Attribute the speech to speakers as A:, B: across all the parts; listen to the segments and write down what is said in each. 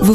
A: Vous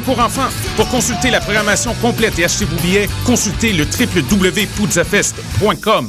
B: pour enfants. Pour consulter la programmation complète et acheter vos billets, consultez le www.poudzafest.com.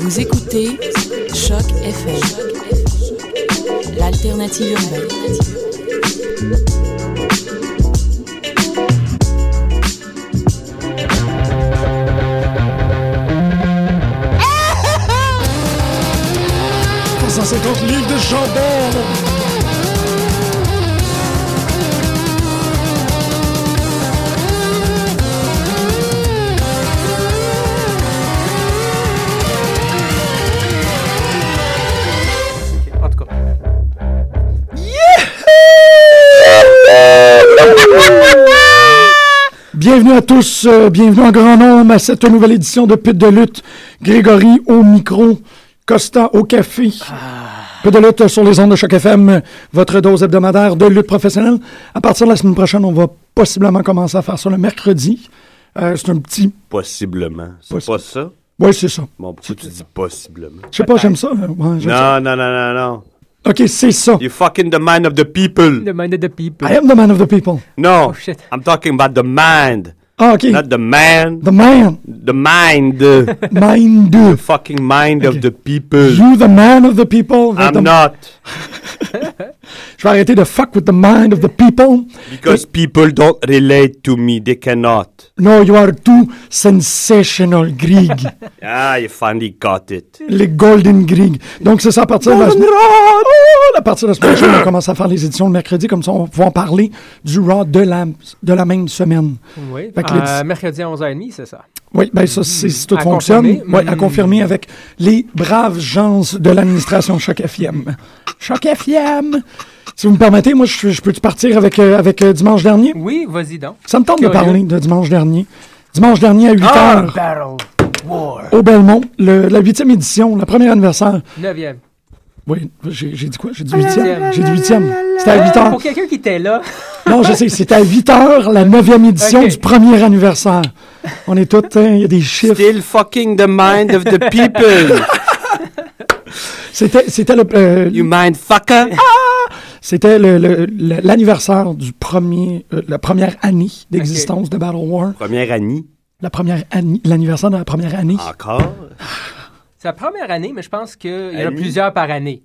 C: Vous écoutez Choc FM, l'alternative urbaine.
D: de chandelles.
E: En tout cas.
D: Bienvenue à tous, euh, bienvenue en grand nombre à cette nouvelle édition de Pute de lutte. Grégory au micro, Costa au café.
F: Ah.
D: Pute de lutte sur les ondes de Choc FM, votre dose hebdomadaire de lutte professionnelle. À partir de la semaine prochaine, on va possiblement commencer à faire ça le mercredi. Euh, c'est un petit...
F: Possiblement. C'est
D: Possible.
F: pas ça?
D: Oui, c'est ça.
F: Bon, pourquoi tu dis possiblement?
D: Je sais pas, j'aime ça. euh, ouais, j'aime ça.
F: Non, non, non, non, non.
D: OK, c'est ça.
F: You fucking the mind of the people.
E: The mind of the people.
D: I am the man of the people.
F: No.
E: Oh, shit.
F: I'm talking about the mind.
D: Ah, OK.
F: Not the man.
D: The man.
F: The mind. the
D: Mind.
F: fucking mind of the people.
D: You the man of the people.
F: I'm
D: The-
F: not.
D: Je vais arrêter de fuck with the mind of the people.
F: Because people don't relate to me. They cannot.
D: No, you are too sensational, Grieg.
F: Ah, you finally got it.
D: les Golden Grieg. Donc, c'est ça à partir de la semaine. Oh, à partir de la semaine prochaine, on commence à faire les éditions le mercredi, comme ça, on va en parler du Raw de la, de la même semaine.
E: Oui.
D: Fait que
E: Euh,
D: les-
E: mercredi à 11h30, c'est ça.
D: Oui, ben ça, c'est si tout
E: À
D: fonctionne.
E: confirmer.
D: Ouais, à
E: Mm.
D: confirmer avec les braves gens de l'administration Choc FM. Choc FM! Si vous me permettez, moi, je, je peux partir avec, euh, avec euh, dimanche dernier?
E: Oui, vas-y donc.
D: Ça me tente de
E: Curieux.
D: parler de dimanche dernier. Dimanche dernier à 8
E: Ah,
D: h
E: Battle War.
D: au Belmont, le- la huitième édition, le premier anniversaire.
E: 9e.
D: Oui, j'ai j'ai dit quoi? J'ai dit huitième. J'ai dit huitième. C'était à 8
E: Ah, Pour
D: heures.
E: quelqu'un qui était là,
D: Non, je sais, c'était à 8 heures, la neuvième édition
E: Ok.
D: du premier anniversaire. On est tous, hein, il y a des chiffres.
F: Still fucking the mind of the people.
D: C'était c'était le, euh,
F: you mind fucker.
D: c'était le- le- le- l'anniversaire du premier, euh, la première année d'existence de Battle War.
F: Première Annie.
D: La première année, l'anniversaire de la première année.
E: Ah.
F: Encore?
E: c'est la première année, mais je pense qu'il y en a
F: Annie.
E: plusieurs par année.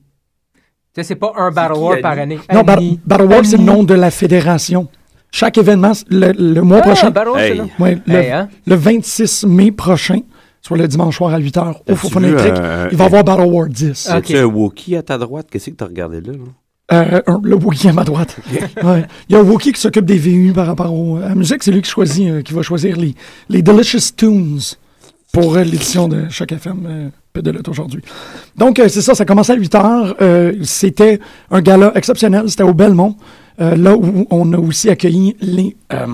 E: Tu sais, c'est pas un Battle
F: qui,
E: War
F: Annie?
E: par année.
D: non, Bar-
E: Annie.
D: Battle War, c'est le nom de la fédération. Chaque événement, le, le mois
E: Ah,
D: prochain,
E: Battle War,
F: Hey.
E: c'est là.
D: Ouais, le,
E: Hey, hein?
D: le 26 mai prochain, soit le dimanche soir à 8h, au
F: As-tu
D: Faux
F: vu,
D: Électrique,
F: euh,
D: il va y
F: euh,
D: avoir Battle War 10.
E: Ah.
F: C'est-tu
E: Ok.
F: un Wookie à ta droite? Qu'est-ce que t'as regardé là? là?
D: Euh, un- le Wookie à ma droite. Ouais. Il y a un Wookie qui s'occupe des euh, VU par rapport au- à la musique. C'est lui qui choisit, euh, qui va choisir les, les Delicious Tunes. pour euh, l'édition de Choc FM euh, Pédolote aujourd'hui. Donc, euh, c'est ça, ça commençait à 8 heures. Euh, c'était un gala exceptionnel. C'était au Belmont, euh, là où on a aussi accueilli les, euh,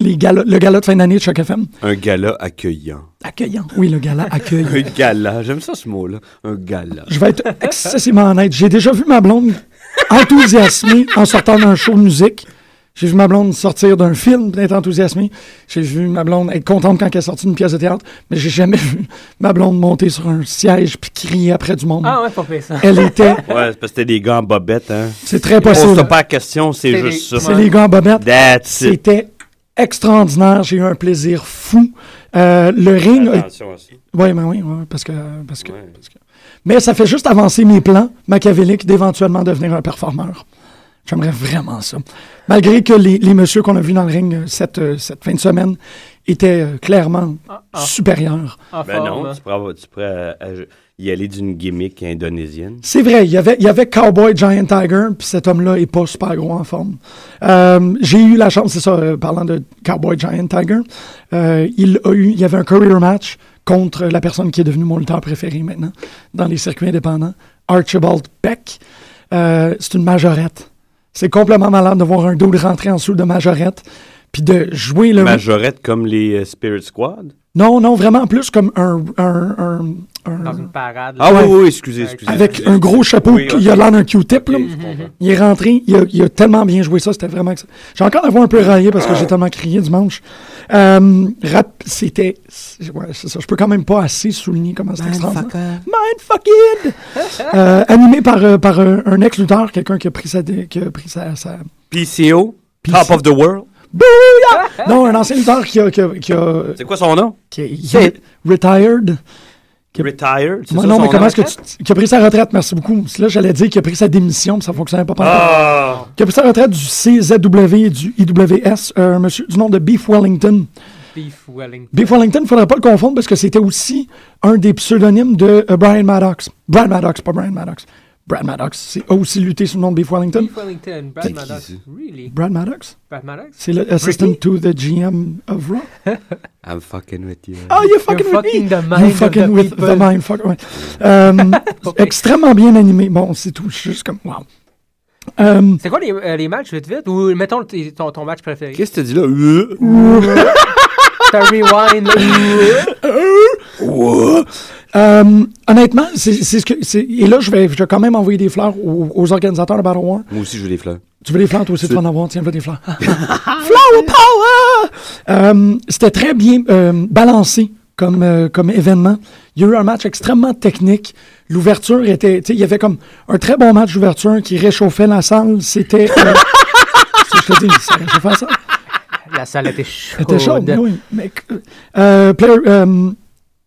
D: les galas- le gala de fin d'année de Choc FM.
F: Un gala accueillant.
D: Accueillant. Oui, le gala accueil.
F: Un gala, j'aime ça ce mot-là. Un gala.
D: Je vais être excessivement honnête. J'ai déjà vu ma blonde enthousiasmée en sortant d'un show de musique. J'ai vu ma blonde sortir d'un film, être enthousiasmée. J'ai vu ma blonde être contente quand elle est sortie d'une pièce de théâtre. Mais j'ai jamais vu ma blonde monter sur un siège puis crier après du monde.
E: Ah ouais, pas pire ça.
F: Ben
D: Elle était...
F: Ouais, c'est parce que c'était des gars en bobette, hein.
D: C'est très
F: On
D: possible.
F: pas la question, c'est
E: C'est
F: juste
E: les-
F: ça.
D: C'est les gars en bobette.
F: That's it.
D: C'était extraordinaire. J'ai eu un plaisir fou. Euh, le ring... a-
F: Attention à ça.
D: Oui, mais oui, oui, parce que... Parce que, parce que- Mais ça fait juste avancer mes plans machiavéliques d'éventuellement devenir un performeur. J'aimerais vraiment ça. Malgré que les, les messieurs qu'on a vus dans le ring euh, cette, euh, cette fin de semaine étaient euh, clairement supérieurs.
E: En
F: Ben
E: forme,
F: non,
E: hein.
F: tu pourrais, tu pourrais, euh, euh, y aller d'une gimmick indonésienne.
D: C'est vrai, il y avait, il y avait Cowboy Giant Tiger, puis cet homme-là est pas super gros en forme. Euh, J'ai eu la chance, c'est ça, euh, parlant de Cowboy Giant Tiger, euh, il a eu, il y avait un career match contre la personne qui est devenue mon lutteur préféré maintenant dans les circuits indépendants, Archibald Beck. Euh, c'est une majorette. C'est complètement malade de voir un double rentrer en dessous de majorette, puis de jouer le...
F: Majorette comme les euh, Spirit Squad.
D: non, non, vraiment plus comme un... un- un- un-
E: Dans une parade. là.
F: Ah oui, oui, oui, excusez, excusez.
D: avec un gros chapeau,
F: Oui,
D: qui-
F: ok.
D: il a l'air d'un Q-tip, là.
F: Je comprends.
D: Il est rentré, il a, il a tellement bien joué ça, c'était vraiment. ex- J'ai encore la voix un peu raillée parce que j'ai tellement crié dimanche. Euh, rap- c'était. c'est- Ouais, c'est ça. Je peux quand même pas assez souligner comment c'était extraordinaire. Mindfucked! euh, animé par, euh, par euh, un ex-lutteur, quelqu'un qui a pris sa. dé- Qui a pris sa, sa-
F: PCO, Top of the World.
D: Booyah! Non, un ancien lutteur qui a. Qui a, qui a-
F: C'est quoi son nom?
D: qui a- qui a- retired. Qui-
F: Retired. c'est
D: Ouais,
F: ça
D: non,
F: son
D: mais comment
F: nom?
D: est-ce que tu. Qui a pris sa retraite, merci beaucoup. Là, j'allais dire qu'il a pris sa démission, puis ça fonctionnait pas partout.
F: Ah!
D: qui a pris sa retraite du CZW et du IWS, euh, un monsieur du nom de Beef Wellington.
E: Beef Wellington.
D: Beef Wellington, il ne faudrait pas le confondre parce que c'était aussi un des pseudonymes de euh, Brian Maddox. Brian Maddox, pas Brian Maddox. Brad Maddox, c'est a aussi lutté sous le nom de Beef Wellington.
E: Beef Wellington. Brad Maddox. Really?
D: Brad Maddox,
E: Brad Maddox?
D: c'est le assistant to the GM of Raw.
F: I'm fucking with you.
D: Oh, you fucking
E: You're
D: with me.
E: fucking the mind
D: you
E: of
D: fucking
E: the
D: with the
E: people.
D: mind. Fuck, ouais. Euh, extrêmement bien animé. Bon, c'est tout. Je suis juste comme, wow. Euh,
E: C'est quoi les, euh, les matchs vite vite? Ou mettons t- ton, ton match préféré?
F: Qu'est-ce que tu dis là? Euh,
E: C'est un rewind. là.
D: Euh, honnêtement, c'est c'est ce que. c'est- Et là, je vais, je vais quand même envoyer des fleurs aux, aux organisateurs de Battle War.
F: Moi aussi, je veux des fleurs.
D: Tu veux des fleurs, toi aussi, tu vas en avoir. Tiens, veux des fleurs. Flower Power! Euh, C'était très bien euh, balancé comme, euh, comme événement. Il y a eu un match extrêmement technique. L'ouverture était. Tu sais, il y avait comme un très bon match d'ouverture qui réchauffait la salle. C'était. euh, c'est ce que je te dis, ça réchauffait la salle.
E: La salle était chaude.
D: C'était chaud, mais oui. Mais, euh, player, euh,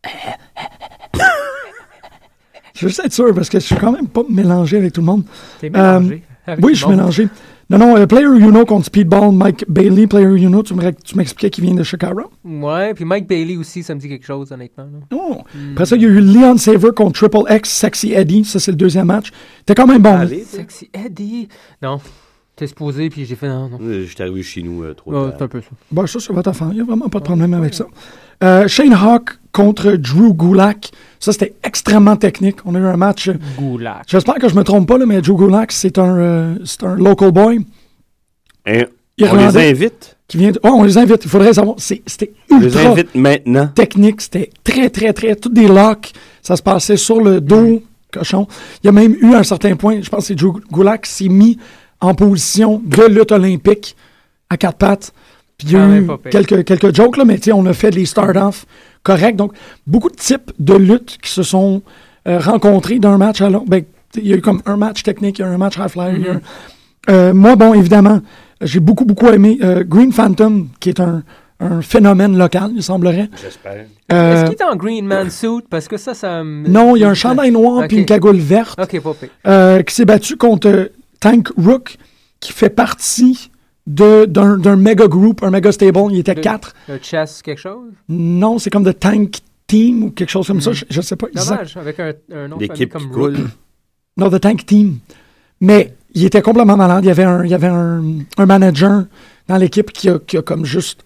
D: je veux juste être sûr parce que je suis quand même pas mélangé avec tout le monde. Euh,
E: T'es mélangé. avec
D: Oui, je
E: tout
D: suis
E: le monde.
D: mélangé. Non, non, euh, Player Uno contre Speedball, Mike Bailey. Player Uno, tu me rec- tu m'expliquais qu'il vient de Chicago.
E: Ouais, puis Mike Bailey aussi, ça me dit quelque chose, honnêtement. là.
D: Oh.
E: Hmm.
D: Après ça, il y a eu Leon Saver contre Triple X, Sexy Eddie. Ça, c'est le deuxième match. T'es quand même bon.
F: Allez, tu sais.
E: Sexy Eddie. Non, t'es supposé, puis j'ai fait non, non.
F: Euh, J'étais arrivé chez nous euh, trop
E: Ouais,
F: tard.
E: c'est un peu ça.
D: Bon, ça, ça va t'en faire. Il n'y a vraiment pas de problème avec ça. Euh, Shane Hawk contre Drew Gulak. Ça, c'était extrêmement technique. On a eu un match. euh,
E: Hmm. Goulac.
D: J'espère que je me trompe pas, là, mais Joe Gulak, c'est un, euh, c'est un local boy
F: Hein, on les
D: irlandais
F: invite.
D: qui vient de... Oh, on les invite, il faudrait savoir. C'est- C'était
F: On les
D: ultra
F: invite maintenant.
D: technique, c'était très, très, très... Toutes des locks, ça se passait sur le dos, cochon. Il y a même eu à un certain point, je pense que c'est Joe Gulak qui s'est mis en position de lutte olympique à quatre pattes. Puis il y a eu
E: Quand Ah, même pas pire.
D: quelques, quelques jokes, là, mais tu sais, on a fait des start-off corrects. Donc, beaucoup de types de luttes qui se sont euh, rencontrés d'un match à l'autre. Ben, tu sais, il y a eu comme un match technique, il y a eu un match high-flyer.
E: Mm-hmm.
D: il y a eu un- Euh, moi, bon, évidemment, j'ai beaucoup, beaucoup aimé euh, Green Phantom, qui est un, un phénomène local, il semblerait.
F: J'espère.
D: Euh,
E: Est-ce qu'il est en Green Man suit? Parce que ça, ça me.
D: non, il y a un chandail noir
E: Ok.
D: puis une cagoule verte
E: Ok, pas pire.
D: euh, qui s'est battu contre euh, Tank Rook, qui fait partie de- d'un d'un méga group, un méga stable. Il était
E: De-
D: quatre.
E: Le chess, quelque chose?
D: Non, c'est comme The Tank Team ou quelque chose comme ça. Je, je sais pas. exact-
E: Hmm. Dommage, avec un, un nom de famille
F: L'équipe
E: comme
F: qui
E: Rook.
F: coule.
D: Non, The Tank Team. Mais il était complètement malade. Il y avait un, il y avait un, un manager dans l'équipe qui a, qui a comme juste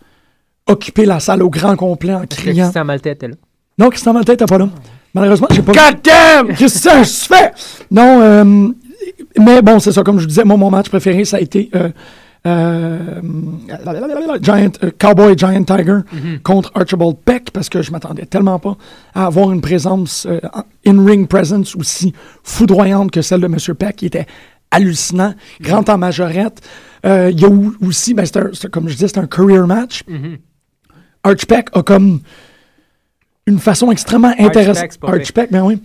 D: occupé la salle au grand complet en
E: Parce que
D: criant.
E: Christian Maltais était là.
D: Non, Christian Martin était pas là. Malheureusement, j'ai pas vu.
F: God damn!
D: Qu'est-ce que ça se fait? Non, euh, mais bon, c'est ça, comme je vous disais, moi, mon match préféré, ça a été euh, euh, Giant, euh, Cowboy Giant Tiger contre Archibald Peck, parce que je m'attendais tellement pas à avoir une présence, euh, en- in-ring presence aussi foudroyante que celle de M. Peck, qui était hallucinant, grand en majorette. Euh, Il y a ou- aussi, ben, c'est un- c'est- comme je disais, c'est un career match. Arch Peck a comme une façon extrêmement
E: Peck,
D: intéressante.
E: c'est pas pire.
D: Peck, ben oui.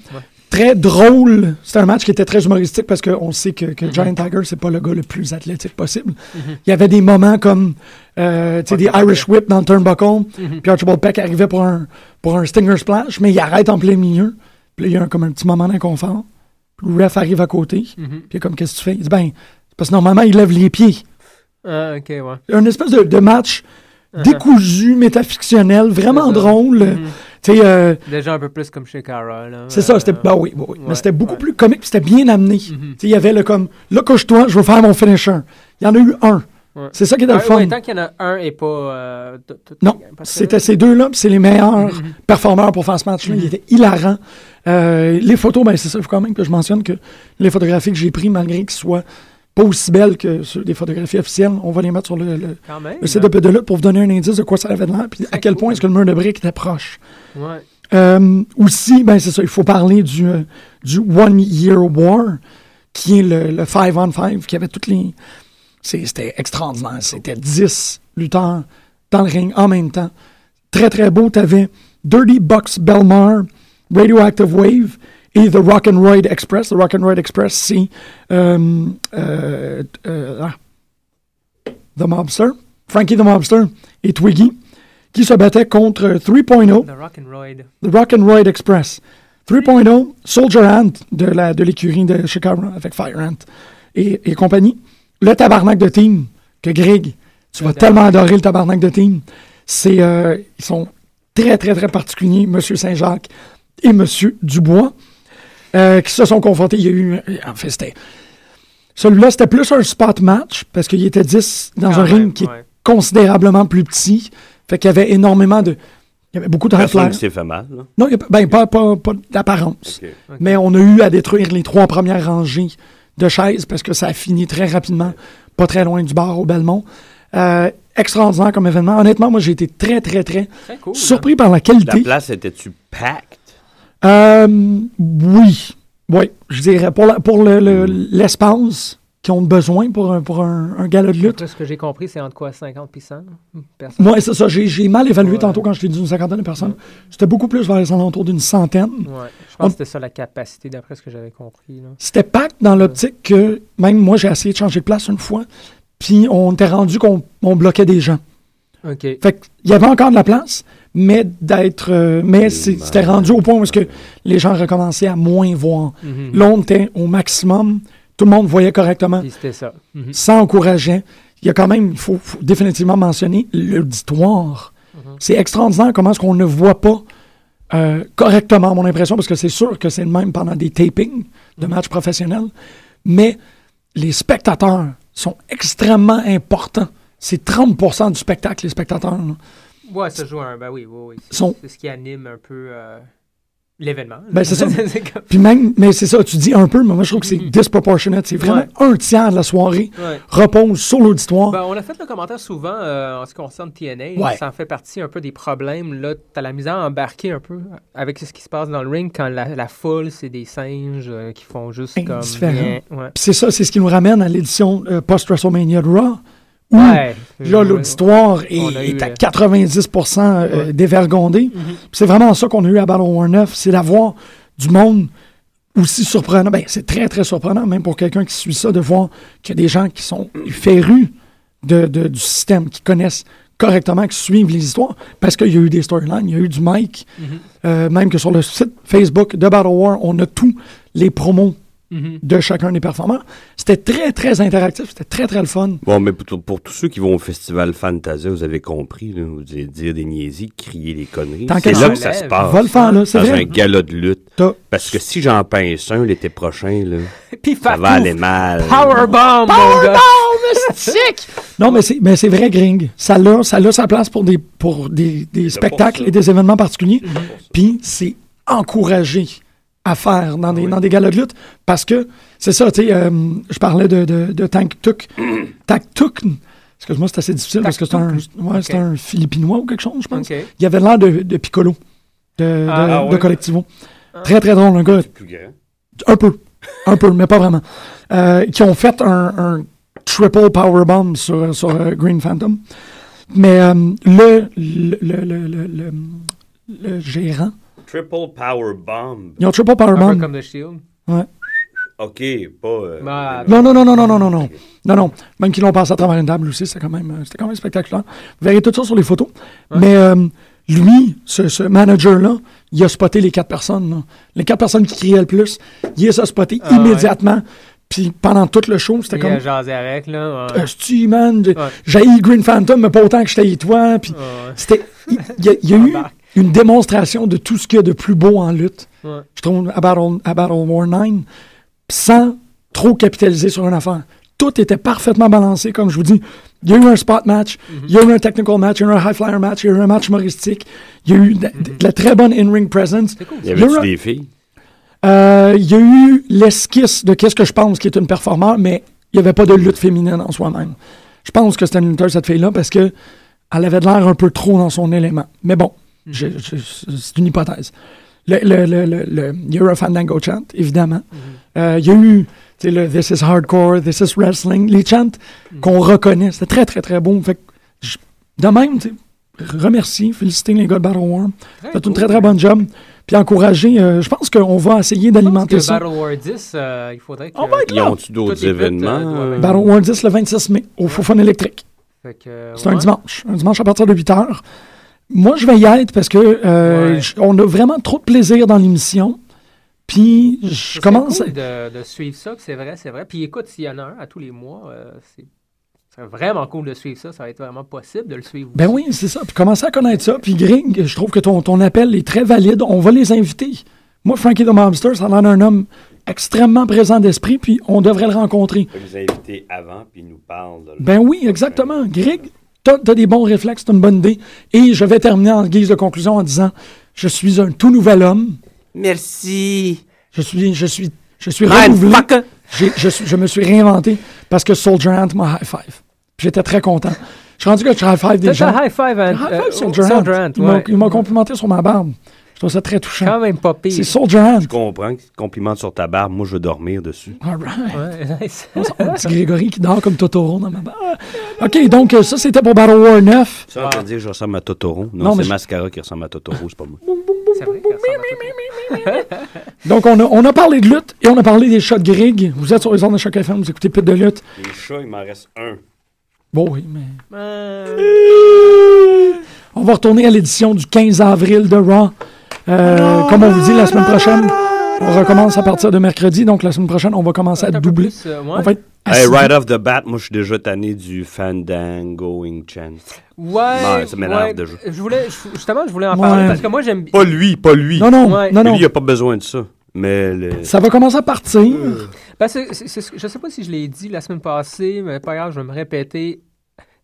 D: Très drôle. C'était un match qui était très humoristique parce qu'on sait que, que
E: Mhm.
D: Giant Tiger, c'est pas le gars le plus athlétique possible. Il y avait des moments comme euh, tu sais, des Irish Whip dans le turnbuckle.
E: Mhm.
D: Puis Archibald Peck arrivait pour un, pour un Stinger Splash, mais il arrête en plein milieu. Puis là, il y a un- comme un petit moment d'inconfort. Puis le ref arrive à côté.
E: Mhm.
D: Puis il est comme, qu'est-ce que tu fais? Il dit, ben, c'est parce que normalement, il lève les pieds
E: Ah, ok, ouais.
D: un espèce de, de match décousu, métafictionnel, vraiment
E: Uh-huh. C'est ça. Mhm.
D: drôle. Tu sais, euh,
E: Déjà un peu plus comme chez Cara, là.
D: c'est ça, c'était.
E: Euh,
D: bah oui, oui, oui. mais
E: ouais,
D: c'était beaucoup
E: ouais. Mm-hmm.
D: plus comique, puis c'était bien amené. Tu sais, il y avait le comme, là, couche-toi, je veux faire mon finisher. Il y en a eu un.
E: Ouais.
D: C'est ça qui était le
E: Ah, Ouais,
D: fun.
E: ouais, tant qu'il y en a un et pas. euh, tout- tout-
D: Non,
E: parce que- Mm-hmm.
D: c'était ces deux-là, puis c'est les meilleurs performeurs pour faire ce match-là. Il était hilarant. Euh, les photos, ben c'est ça, il faut quand même que je mentionne que les photographies que j'ai prises, malgré qu'elles soient pas aussi belles que ceux des photographies officielles, on va les mettre sur le- le,
E: Quand même. hein.
D: Le CDP de lutte pour vous donner un indice de quoi ça avait l'air, puis à quel point est-ce que le mur de briques était proche.
E: Ouais.
D: Euh, aussi, ben c'est ça, il faut parler du, euh, du One Year War, qui est le, le Five on Five, qui avait toutes les. c'est- C'était extraordinaire. C'était 10 lutteurs dans le ring en même temps. Très, très beau. T'avais Dirty Bucks Belmar, Radioactive Wave et The Rock'n'Roid Express. The Rock'n'Roid Express, c'est. euh, euh, euh, ah, The Mobster, Frankie the Mobster et Twiggy, qui se battaient contre oh. 3.0.
E: The Rock'n'Roid.
D: The Rock and Ride Express. 3.0, Soldier Ant de la- de l'écurie de, Chicago avec Fire Ant et, et compagnie. Le tabarnak de team que Greg, tu vas tellement adorer le tabarnak de team. C'est, euh, ils sont très, très, très particuliers, Monsieur Saint-Jacques et Monsieur Dubois, euh, qui se sont confrontés. Il y a eu, en fait, c'était. Celui-là, c'était plus un spot match parce qu'il était 10 dans
E: Quand
D: un
E: même,
D: ring qui
E: Ah ouais.
D: est considérablement plus petit. Fait qu'il y avait énormément de. Il y avait beaucoup de high
F: Personne
D: flyers.
F: qui s'est fait mal. là.
D: Non, y a pas- ben, pas, pas, pas d'apparence.
F: Ok.
D: Mais on a eu à détruire les trois premières rangées de chaises parce que ça a fini très rapidement, pas très loin du bar au Belmont. Euh, extraordinaire comme événement. Honnêtement, moi, j'ai été très, très, très
E: Très cool.
D: surpris par la
F: hein. La
D: qualité.
F: place était-tu packed?
D: Euh, oui. Oui, je dirais. Pour, la- pour le- le-
F: Hmm.
D: l'espace qu'ils ont besoin pour un, pour un, un gala de
E: Hein.
D: lutte.
E: Après, ce que j'ai compris, c'est entre quoi 50 puis 100 personnes.
D: Moi, c'est ça. J'ai j'ai mal évalué
E: Ouais.
D: tantôt quand je t'ai dit une cinquantaine de personnes. C'était beaucoup plus vers les alentours d'une centaine.
E: Ouais. Je
D: On-
E: pense que c'était ça la capacité, d'après ce que j'avais compris. Là.
D: C'était pack dans l'optique que même moi, j'ai essayé de changer de place une fois, puis on était rendu qu'on on bloquait des gens.
E: Ok.
D: Fait qu'il y avait encore de la place, mais d'être. euh, mais c'est- c'était rendu au point où est-ce que les gens recommençaient à moins voir.
E: Mhm.
D: Là, on était au maximum, tout le monde voyait correctement,
E: Puis c'était ça. Mhm.
D: ça encourageait. Il y a quand même, il faut, faut définitivement mentionner l'auditoire. C'est extraordinaire comment est-ce qu'on ne voit pas euh, correctement, à mon impression, parce que c'est sûr que c'est le même pendant des tapings de matchs professionnels, mais les spectateurs sont extrêmement importants. C'est 30 du spectacle, les spectateurs. là.
E: Ouais, ça joue un. Ben oui, oui, oui. C'est,
D: Sont-
E: c'est ce qui anime un peu euh, l'événement. là.
D: Ben, c'est ça.
E: comme-
D: Puis même, mais c'est ça, tu dis un peu, mais moi je trouve que c'est disproportionné. C'est vraiment un tiers de la soirée
E: Ouais.
D: repose sur l'auditoire.
E: Ben, on a fait le commentaire souvent euh, en ce qui concerne TNA.
D: Ouais.
E: Ça en fait partie un peu des problèmes. Là, t'as la misère à embarquer un peu avec ce qui se passe dans le ring quand la, la foule, c'est des singes euh, qui font juste comme.
D: Indifférent.
E: Ouais.
D: Puis c'est ça, c'est ce qui nous ramène à l'édition euh, post-WrestleMania de Raw, où
E: Ouais.
D: Là,
E: Ouais.
D: l'auditoire est,
E: Euh, On a eu,
D: est à
E: euh, Mm-hmm.
D: 90 euh, dévergondé. Puis C'est vraiment ça qu'on a eu à Battle War 9, c'est d'avoir du monde aussi surprenant. Ben, c'est très, très surprenant, même pour quelqu'un qui suit ça, de voir qu'il y a des gens qui sont férus de, de- du système, qui connaissent correctement, qui suivent les histoires, parce qu'il y a eu des storylines, il y a eu du mic.
E: Mm-hmm.
D: Euh, même que sur le site Facebook de Battle War, on a tous les promos
E: Mm-hmm.
D: de chacun des performeurs. C'était très, très interactif, c'était très, très le fun.
F: Bon, mais pour, pour tous ceux qui vont au festival Fantasia, vous avez compris, là, vous allez dire des niaiseries, crier des conneries.
D: Tant
F: C'est
D: qu'à
F: là
D: ça.
F: que ça se
E: Lève.
F: passe.
D: Va le faire, là, c'est
F: Dans
D: vrai.
F: un gala de lutte.
D: T'as-
F: Parce que si j'en pince un l'été prochain, là,
E: Puis
F: ça va
E: Fatou,
F: aller mal.
E: Powerbomb! mon gars.
D: Powerbomb, mystique! Non, mais c'est, mais c'est vrai, Gring. Ça a, ça l'a sa place pour des, pour des, des spectacles
F: ça. Mm-hmm.
D: et des événements particuliers.
F: Pour ça.
D: Puis c'est encouragé à faire dans
F: Ah
D: des, dans des galas de lutte parce que c'est ça, tu sais, euh, je parlais de, de, de Tank Tuk. Tank Tuk, excuse-moi, c'est assez difficile parce que c'est un, ouais, c'est
E: Ok.
D: un Philippinois ou quelque chose, je pense.
E: OK.
D: Il avait l'air de, de Piccolo, de, de,
E: Ah,
F: ah
D: de
F: ouais. Ah.
D: Collectivo. Très, très drôle, un gars
F: C'est plus grand.
D: un peu. Un peu, mais pas vraiment. Euh, qui ont fait un, un triple powerbomb sur, sur euh, Green Phantom. Mais euh, le, le, le, le, le, le- le gérant,
F: Triple Power Bomb.
D: ils ont triple
E: Un peu
D: powerbomb.
E: comme The Shield.
F: OK, pas. euh,
E: Bah,
D: Non, non, non, non, non, non, non, non. Non, non. Même qu'ils l'ont passé à travers une table aussi, c'était quand même, euh, c'était quand même spectaculaire. Vous verrez tout ça sur les photos. Mais euh, lui, ce, ce manager-là, il a spoté les quatre personnes. là. Les quatre personnes qui criaient le plus, il les a spoté
E: Ah, ouais.
D: immédiatement. Puis pendant tout le show, c'était
E: il
D: comme... Euh,
E: a jasé avec, là. ouais.
D: Asti, man, j'ai-
E: Ouais.
D: j'ai haï Green Phantom, mais pas autant que je t'haïs toi. Puis
E: Ouais.
D: c'était, il il y, a- il y a eu
E: Embarque.
D: une démonstration de tout ce qu'il y a de plus beau en lutte.
E: Ouais.
D: Je trouve à Battle, à Battle War 9, sans trop capitaliser sur une affaire. Tout était parfaitement balancé, comme je vous dis. Il y a eu un spot match,
E: Mhm.
D: il y a eu un technical match, il y a eu un high flyer match, il y a eu un match humoristique, il y a eu de, de- de la très bonne in-ring presence.
F: Il y avait-tu
D: Europe-
F: des filles?
D: Euh, Il y a eu l'esquisse de qu'est-ce que je pense qui est une performance, mais il n'y avait pas de lutte féminine en soi-même. Je pense que c'était une lutteuse, cette fille-là, parce que elle avait de l'air un peu trop dans son élément. Mais bon, je- je- c'est une hypothèse. Le, le, le, le, le- il y a eu un Fandango chant, évidemment. Euh, Il y a eu tu sais, le This is Hardcore, This is Wrestling, les chants qu'on reconnaît. C'était très, très, très beau. Fait que je- de même, tu sais, remercier, féliciter les gars de Battle War. C'est une très, très bonne job. Puis encourager, euh, je pense qu'on va essayer
E: Je pense
D: d'alimenter
E: que
D: ça. Oh
E: Battle War 10, euh, il faudrait que...
D: On va être
F: Ils
D: là.
F: ont-tu d'autres
E: Toutes les fêtes,
F: événements?
E: euh, doivent être-
D: Battle War 10 le 26 mai au Fofon électrique.
E: Fait que,
D: C'est un
E: ouais.
D: dimanche. Un dimanche à partir de 8 h. Moi, je vais y être parce que euh,
E: Ouais.
D: j- on a vraiment trop de plaisir dans l'émission. Puis je
E: C'est
D: commence.
E: cool de, de suivre ça, que c'est vrai, c'est vrai. Puis écoute, s'il y en a un à tous les mois, euh, c'est ce serait vraiment cool de suivre ça. Ça va être vraiment possible de le suivre.
D: Ben
E: aussi.
D: oui, c'est ça. Puis commencer à connaître ça. Puis Gring, je trouve que ton, ton appel est très valide. On va les inviter. Moi, Frankie the Mobster, ça a l'air d'un homme extrêmement présent d'esprit. Puis on devrait le rencontrer.
F: On peut les inviter avant, puis ils nous parlent. de-
D: Ben oui, exactement. Greg, t'as as des bons réflexes, t'as une bonne idée. Et je vais terminer en guise de conclusion en disant Je suis un tout nouvel homme.
G: Merci.
D: Je suis, je suis, je suis renouvelé.
G: Motherfucker.
D: J'ai- Je, suis- je me suis réinventé parce que Soldier Ant m'a high five. J'étais très content. Je suis rendu que je high five des
E: T'as
D: gens.
E: un high five, à-
D: High five
E: euh,
D: Soldier Ant.
E: Soldier Ant,
D: Ils m'ont-
E: ouais.
D: Ils m'ont complimenté sur ma barbe. Je trouve ça très touchant.
E: Quand même pas pire.
D: C'est Soldier Ant.
F: Je comprends que tu complimentes sur ta barbe. Moi, je veux dormir dessus.
D: All right.
E: Ouais, nice.
D: Mon petit Grégory qui dort comme Totoro dans ma barbe. OK, donc euh, ça, c'était pour Battle War 9.
F: Ça, on peut dire que je ressemble à Totoro. Non,
D: Non, mais je-
F: c'est Mascara qui ressemble à Totoro, c'est pas moi.
E: C'est vrai qu'elle ressemble à toi.
D: Donc, on a, on a parlé de lutte et on a parlé des shots Grig. Vous êtes sur les ondes de Choc FM, vous écoutez Pit de lutte.
F: Les chats, il m'en reste un.
D: Bon, oui, mais...
E: Euh,
D: On va retourner à l'édition du 15 avril de Raw. Euh, comme on vous dit, la semaine prochaine, on recommence à partir de mercredi. Donc, la semaine prochaine, on va commencer à
E: un peu
D: doubler.
E: plus, euh, ouais.
D: On va être
F: Hey,
D: assidus.
F: right off the bat, moi, je suis déjà tanné du Fandangoing Chant.
E: Ouais,
F: Ouais, ça m'énerve
E: ouais.
F: déjà.
E: Je voulais, je- justement, je voulais en
D: Ouais.
E: parler parce que moi, j'aime bien.
F: Pas lui, pas lui.
D: Non, non,
E: Ouais.
D: non, non.
F: Lui, il a pas besoin de ça. Mais le-
D: Ça va commencer à partir.
E: Ben, c'est- c'est- c'est- je sais pas si je l'ai dit la semaine passée, mais pas grave, je vais me répéter.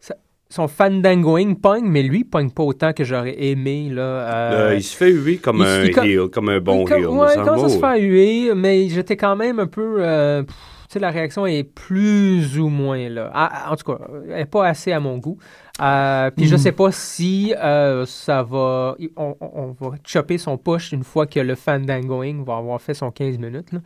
E: Ça- son fandangoing pogne, mais lui, pogne pas autant que j'aurais aimé. Là, euh,
F: le- il se fait huer comme
E: il-
F: un
E: il com-
F: heel, comme un bon
E: il com-
F: heel.
E: ouais,
F: me
E: il
F: semble.
E: commence à se
F: Oh,
E: faire huer, mais j'étais quand même un peu. euh, pff, tu sais, la réaction est plus ou moins là. Ah, ah, en tout cas, elle est pas assez à mon goût. Euh, Puis je
F: Hmm.
E: sais pas si euh, ça va. On, on- on va chopper son push une fois que le fandangoing va avoir fait son 15 minutes. Là.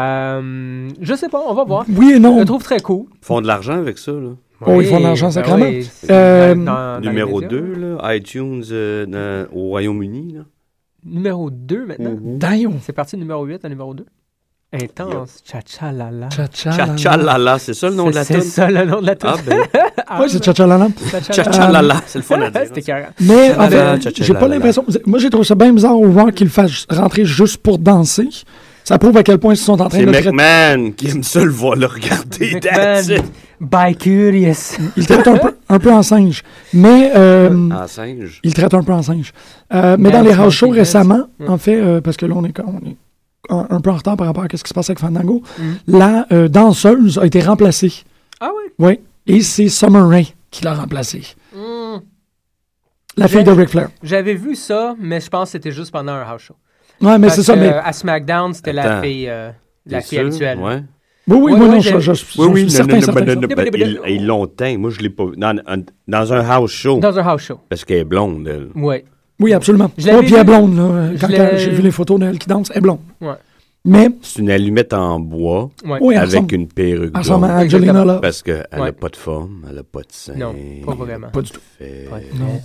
E: Euh, je sais pas, Ah, on va voir.
D: Oui et
E: Je
D: non.
E: le trouve très cool. ben
F: Ils font de l'argent avec ça, là.
D: Oh, ils font de l'argent sacrément. Euh,
F: Numéro 2, là, iTunes euh, dans- au Royaume-Uni, là.
E: Numéro 2 maintenant.
D: Damn.
E: C'est parti de numéro 8 à numéro 2. Intense. Cha-cha la la.
D: Ah.
F: Cha-cha-la-la, c'est ça le nom de la
E: C'est
F: tune?
E: ça le nom de la tune.
F: Ah ben,
D: Ouais, c'est Tchatchalala.
E: Euh,
F: cha-cha-la-la, c'est le fun à dire. hein.
E: C'était carré.
D: Mais en
F: Tchatchalala,
D: fait, j'ai pas
F: tchatchalala.
D: l'impression. Moi, j'ai trouvé ça bien bizarre au Raw qu'ils le fassent rentrer juste pour danser. Ça prouve à quel point ils sont en train
F: C'est
D: de le traiter.
F: McMahon qui aime ça le voir le regarder. that's it.
E: By Curious.
D: Ils le traitent un peu, un peu en singe. Mais. euh,
F: En singe.
D: Il traite un peu en singe. Euh, mais
E: Ben,
D: dans les
E: c'est
D: house shows
E: Monkey
D: récemment, en fait, euh, parce que là, on est, on est un, un peu en retard par rapport à ce qui se passe avec Fandango, la euh, danseuse a été remplacée.
E: Ah ouais.
D: Oui. et c'est Summer Rae qui l'a remplacée. La fille de
E: J'ai-
D: Ric Flair.
E: J'avais vu ça, mais je pense que c'était juste pendant un house show.
D: Ouais, mais
E: Parce
D: c'est ça,
E: que, euh,
D: mais.
E: À SmackDown, c'était la
F: Attends.
E: fille, euh, la
F: T'es
E: fille
F: sûr?
E: habituelle.
F: Ouais.
D: Oui, oui,
E: Oui,
D: moi,
E: oui,
D: non,
E: j'ai-
D: je, je- je-
F: Oui,
D: je
F: oui,
D: suis certain,
F: non, non, non,
D: certain,
F: non, non,
D: certain.
F: non, il, il longtemps. Moi, je l'ai pas vu. Dans, un- dans un house show,
E: Dans un house show.
F: parce qu'elle est blonde, elle.
E: Oui.
D: Oui, absolument.
E: Je l'avais
D: Moi, puis elle est
E: vu.
D: blonde, là.
E: Je
D: Quand
E: l'ai-
D: elle- j'ai vu les photos d'elle qui danse, elle est blonde.
E: Ouais.
D: Mais,
F: C'est une allumette en bois
E: Ouais.
D: oui, elle
F: avec
D: ressemble,
F: une perruque
D: elle ressemble à
F: blonde. Ben,
D: Angelina, là.
F: Parce qu'elle n'a
E: Ouais.
F: pas de forme, elle n'a pas de sein.
E: Non, pas vraiment.
D: Pas du tout.
F: Fait-
E: Ouais.
D: Non.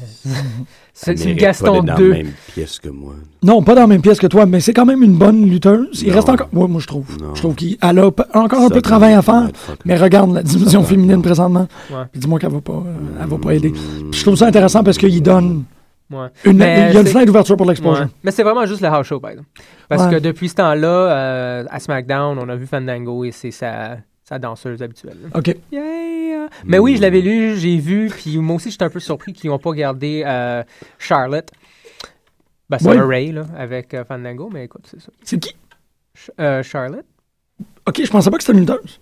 E: C'est
F: elle
E: c'est
F: mérite pas
E: Gaston
F: d'être dans
E: 2.
F: la même pièce que moi.
D: Non, pas dans la même pièce que toi, mais c'est quand même une bonne lutteuse. Il
F: Non.
D: reste encore. Ouais, moi, je trouve.
F: Non.
D: Je trouve qu'elle a p- encore un
F: Ça,
D: peu de travail à faire.
F: motherfucker.
D: Mais regarde la division
F: Ça,
D: féminine
F: non.
D: présentement.
E: Ouais.
D: Puis Dis-moi qu'elle va pas, euh, elle va
F: Mm.
D: pas aider.
F: Hmm.
D: Puis je trouve ça intéressant parce qu'il donne
E: Ouais.
D: une,
E: Mais
D: il y a une
E: c'est-
D: fenêtre d'ouverture pour l'explosion.
E: Ouais. Mais c'est vraiment juste le house show, par exemple. Parce
D: Ouais.
E: que depuis ce temps-là, euh, à SmackDown, on a vu Fandango et c'est sa, sa danseuse habituelle.
D: Ok.
E: Yeah. Mais oui, je l'avais lu, j'ai vu, puis moi aussi, j'étais un peu surpris qu'ils n'ont pas gardé euh, Charlotte. Ben, c'est
D: Ouais.
E: un Ray, là, avec euh, Fandango, mais écoute, c'est ça.
D: C'est qui
E: Ch- euh, Charlotte,
D: Ok, je pensais pas que c'était une lutteuse.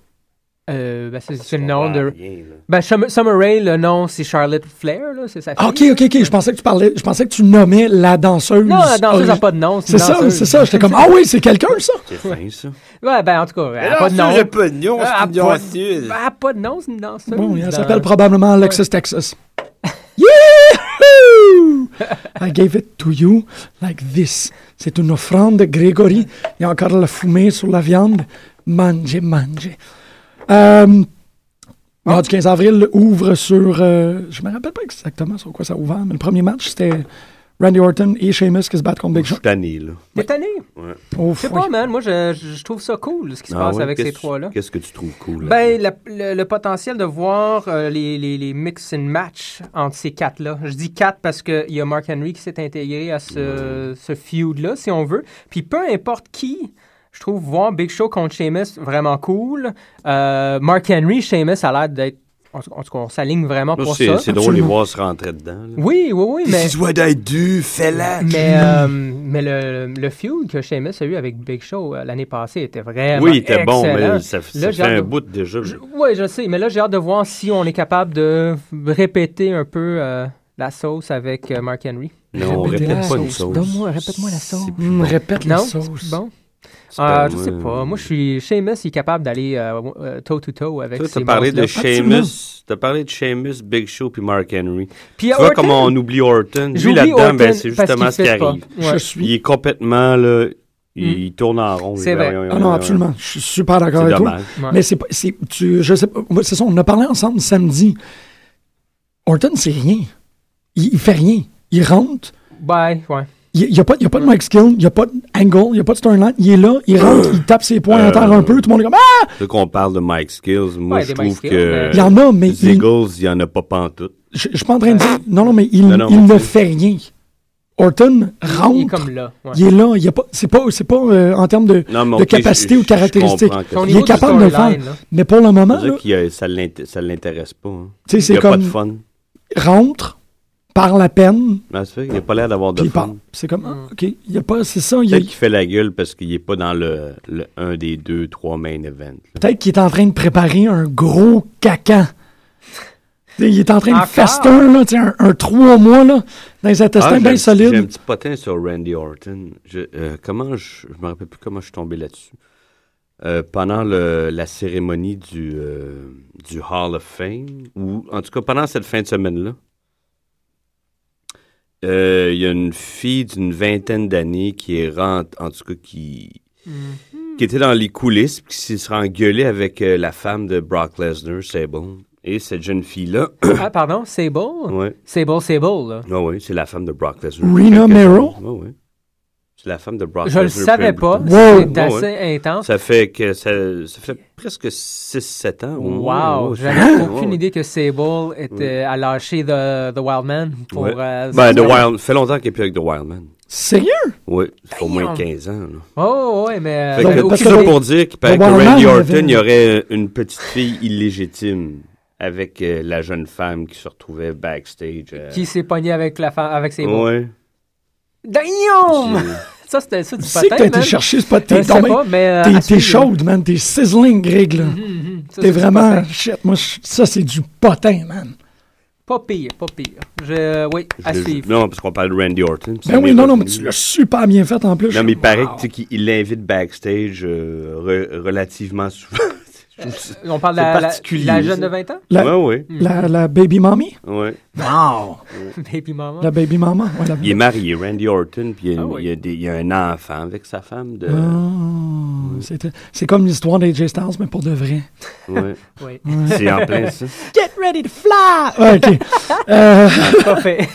E: euh, ben, c'est c'est
F: C'est
E: le nom de...
F: Ah, rien, là.
E: Ben, Summer, Summer Ray, le nom, c'est Charlotte Flair, là, c'est sa fille.
D: Ah, Ok, ok, ok. Je pensais que tu parlais. Je pensais que tu nommais la danseuse.
E: Non, la danseuse n'a
D: origi-
E: pas de nom, c'est
D: Oh, C'est
E: une
D: ça,
E: danseuse.
D: c'est ça. J'étais comme ah oui, c'est quelqu'un ça.
F: C'est fin, ça.
E: Ouais, ben, en tout cas, elle n'a pas de nom.
F: pas de nom,
E: Ah, pas, ah, pas de nom, c'est une danseuse.
D: Bon, elle
F: Ben,
E: Dans-
D: s'appelle probablement Alexis Texas. Yahoo! I gave it to you like this. C'est une offrande, Grégory. Il y a encore la fumée sur la viande. Mangez, mangez. Euh, lors du 15 avril ouvre sur. euh, je me rappelle pas exactement sur quoi ça a ouvert, mais le premier match, c'était Randy Orton et Sheamus qui se battent contre Big
F: Je suis
D: Show.
F: tanné, là.
E: T'es tanné?
D: Oh,
E: Je sais
D: oui.
E: pas, man. Moi, je, je- je trouve ça cool, ce qui se
F: Ah
E: passe
F: ouais,
E: avec ces
F: qu'est-ce que-
E: trois-là.
F: Qu'est-ce que tu trouves cool? là?
E: Ben, la- le, le potentiel de voir euh, les, les- les mix and match entre ces quatre-là. Je dis quatre parce qu'il y a Mark Henry qui s'est intégré à ce, ce feud-là, si on veut. Puis peu importe qui, je trouve voir Big Show contre Sheamus vraiment cool. Euh, Mark Henry, Sheamus a l'air d'être. En tout en tout cas, on s'aligne vraiment
F: Moi,
E: pour
F: c'est
E: ça.
F: c'est drôle de les
D: Absolument.
F: voir se rentrer dedans. là.
E: Oui, oui, oui, mais.
H: what I do, fella.
E: Mais, euh, mais le, le feud que Sheamus a eu avec Big Show euh, l'année passée était vraiment
F: Oui, il était bon,
E: excellent.
F: mais ça, ça
E: Là, j'ai
F: fait
E: hâte
F: un
E: de-
F: bout déjà.
E: Je- Oui, je sais, mais là, j'ai hâte de voir si on est capable de répéter un peu euh, la sauce avec euh, Mark Henry.
F: Non, on
D: Répétez
F: répète
D: la
F: pas une
D: sauce.
F: sauce.
E: Donne-moi- répète-moi la
F: C'est
E: sauce.
F: plus
D: Hum,
F: bon.
D: répète la
E: non?
D: sauce.
E: C'est Bon.
F: C'est
E: Euh,
F: pas
E: je
F: moi.
E: sais pas. Moi, je suis. Seamus, il est capable d'aller euh, euh, toe-to-toe avec
F: Toi,
E: ces
F: t'as parlé de
E: monstres-là.
F: Sheamus, t'as parlé de Sheamus, Big Show puis Mark Henry.
E: Puis
F: Tu vois comment on oublie Orton. Lui,
E: J'oublie
F: là-dedans,
E: Orton
F: ben, c'est
E: parce
F: justement
E: qu'il
F: ce qui
E: fait pas.
F: arrive.
E: Ouais.
D: Je suis
F: Il est complètement, là, il il tourne en rond.
E: C'est
F: Il-
E: vrai.
F: il- il-
D: Ah non,
F: il-
D: absolument. Je suis super d'accord
F: euh, C'est
D: avec toi.
F: dommage.
E: Ouais.
D: Mais c'est pas. c'est- tu- je sais pas. ouais, C'est ça, on en a parlé ensemble samedi. Orton, c'est rien. Il, il fait rien. Il rentre.
E: Bye, ouais.
D: Il n'y a, pas- il y a pas de Mike Skill, il n'y a pas d'angle, il n'y a pas de storyline. Il est là, il rentre, il tape ses poings à terre
F: Euh.
D: un peu. Tout le monde est comme Ah!
F: C'est qu'on parle de Mike Skills. Moi,
E: Ouais,
F: je
E: des Mike
F: trouve
E: Skills,
F: que
E: mais-
D: Il y en a, mais il-
F: Ziggles, il n'y en a pas pantoute.
D: je ne suis pas en train de dire. Non, non, mais il,
F: Non, non,
D: il
F: mais
D: ne
F: c'est-
D: fait rien. Orton rentre.
E: Il est comme là. ouais.
D: Il est là. Il y a pas, c'est pas, c'est pas euh, en termes de,
F: Non, mais
D: de
F: ok,
D: capacité
F: je-
D: ou
F: je- je
D: caractéristiques.
F: comprends que-
E: Son
D: Il
E: niveau
D: est capable de le faire.
E: storyline, là.
D: Mais pour le moment,
F: C'est-à-dire
D: là,
F: qu'il y a- ça l'int- ça l'intéresse pas. hein.
D: tu sais,
F: Il
D: c'est
F: n'y a pas
D: comme
F: de fun.
D: rentre, parle la peine,
F: Non, c'est vrai, Il n'a pas l'air d'avoir de
D: Puis il
F: fun.
D: parle. C'est comme, ah,
E: Mm.
D: OK, il y a pas, c'est ça. il y a-
F: Peut-être qu'il fait la gueule parce qu'il n'est pas dans le, le un des deux, trois main events. là.
D: Peut-être qu'il est en train de préparer un gros caca. Tu sais, Il est en train
E: Encore?
D: de faster, là, tu sais, un, un trois mois, là, dans les
F: Ah,
D: intestins
F: j'ai un
D: bien
F: petit- J'ai un
D: solides.
F: petit potin sur Randy Orton. Je, euh, comment je, je me rappelle plus comment je suis tombé là-dessus. Euh, pendant le- la cérémonie du, euh, du Hall of Fame, ou en tout cas pendant cette fin de semaine-là, euh, il y a une fille d'une vingtaine d'années qui est rentre, en tout cas qui, qui était dans les coulisses, puis qui se engueulée avec euh, la femme de Brock Lesnar, Sable. Et cette jeune fille-là,
E: Ah, pardon, Sable?
F: ouais,
E: Sable, Sable, là.
F: ah oui, c'est la femme de Brock Lesnar.
D: Rena
F: Quelque
D: Mero?
F: chose. Oui, oui. C'est la femme de Brock
E: Je
F: Lesnar.
E: le savais
F: plus
E: pas.
F: plus tard.
D: Wow.
E: C'est
F: Ouais,
E: assez
F: ouais.
E: intense.
F: Ça fait que ça, ça fait presque 6-7 ans. au moins.
E: Wow,
F: Ouais,
E: j'avais
F: ouais,
E: aucune
F: ouais.
E: idée que Sable était à lâcher The, the Wild Man pour.
F: Ouais.
E: euh,
F: Ben, The Wild, fait longtemps qu'il n'est plus avec The Wildman.
D: Sérieux?
F: Oui, ça fait au moins 15 ans. là.
E: Oh, ouais, mais.
F: Fait
D: Donc,
E: euh,
F: que,
E: j'avais
F: tout
D: parce
E: aucune
F: ça
D: que-
E: idée.
F: pour dire qu'il paraît
D: The
F: que
D: Wild Man
F: Randy Orton,
D: avait-
F: il y aurait une petite fille illégitime avec euh, la jeune femme qui se retrouvait backstage. euh,
E: Qui s'est pogné avec, la fa- avec Sable.
F: Ouais.
E: Damn!
F: C'est-
E: Ça, c'était ça du
D: Tu sais que
E: patin,
D: t'as été
E: man.
D: chercher ce pot.
E: Je
D: T'es
E: sais
D: donc
E: pas,
D: bien-
E: mais... euh, à
D: t'es- T'es
E: suivre.
D: chaude, man. T'es sizzling, Greg, là.
E: Mhm, ça,
D: T'es
E: c'est du
D: vraiment...
E: patin.
D: Shit, moi, je- ça, c'est du potin, man.
E: Pas pire, pas pire. Je... Oui, à
F: Je-
E: suivre.
F: Non, parce qu'on parle de Randy Orton. puis ça
D: Ben oui,
F: m'est
D: non, non, mais
F: revenu.
D: tu l'as super bien fait, en plus.
F: Non, mais il paraît que, tu
D: tu...
F: sais, qu'il il l'invite backstage euh, re- relativement souvent.
E: On parle de
F: C'est
E: la, la,
F: particulier,
E: la jeune
F: ça.
E: de Hmm. 20 ans?
D: La,
F: Oui, oui.
D: la, la baby mommy?
F: Ouais.
D: Wow!
E: Baby maman.
D: La baby maman, ouais,
E: Mm.
D: la
F: Il est marié, Randy Orton, puis il y a,
E: Ah oui.
F: il y a des- il y a un enfant avec sa femme. De...
D: Ah, c'était- C'est comme l'histoire d'AJ Styles, mais pour de vrai.
F: Ouais.
E: Oui.
F: C'est en plein ça.
D: Get ready to fly! Ah, OK. Euh,
E: pas fait.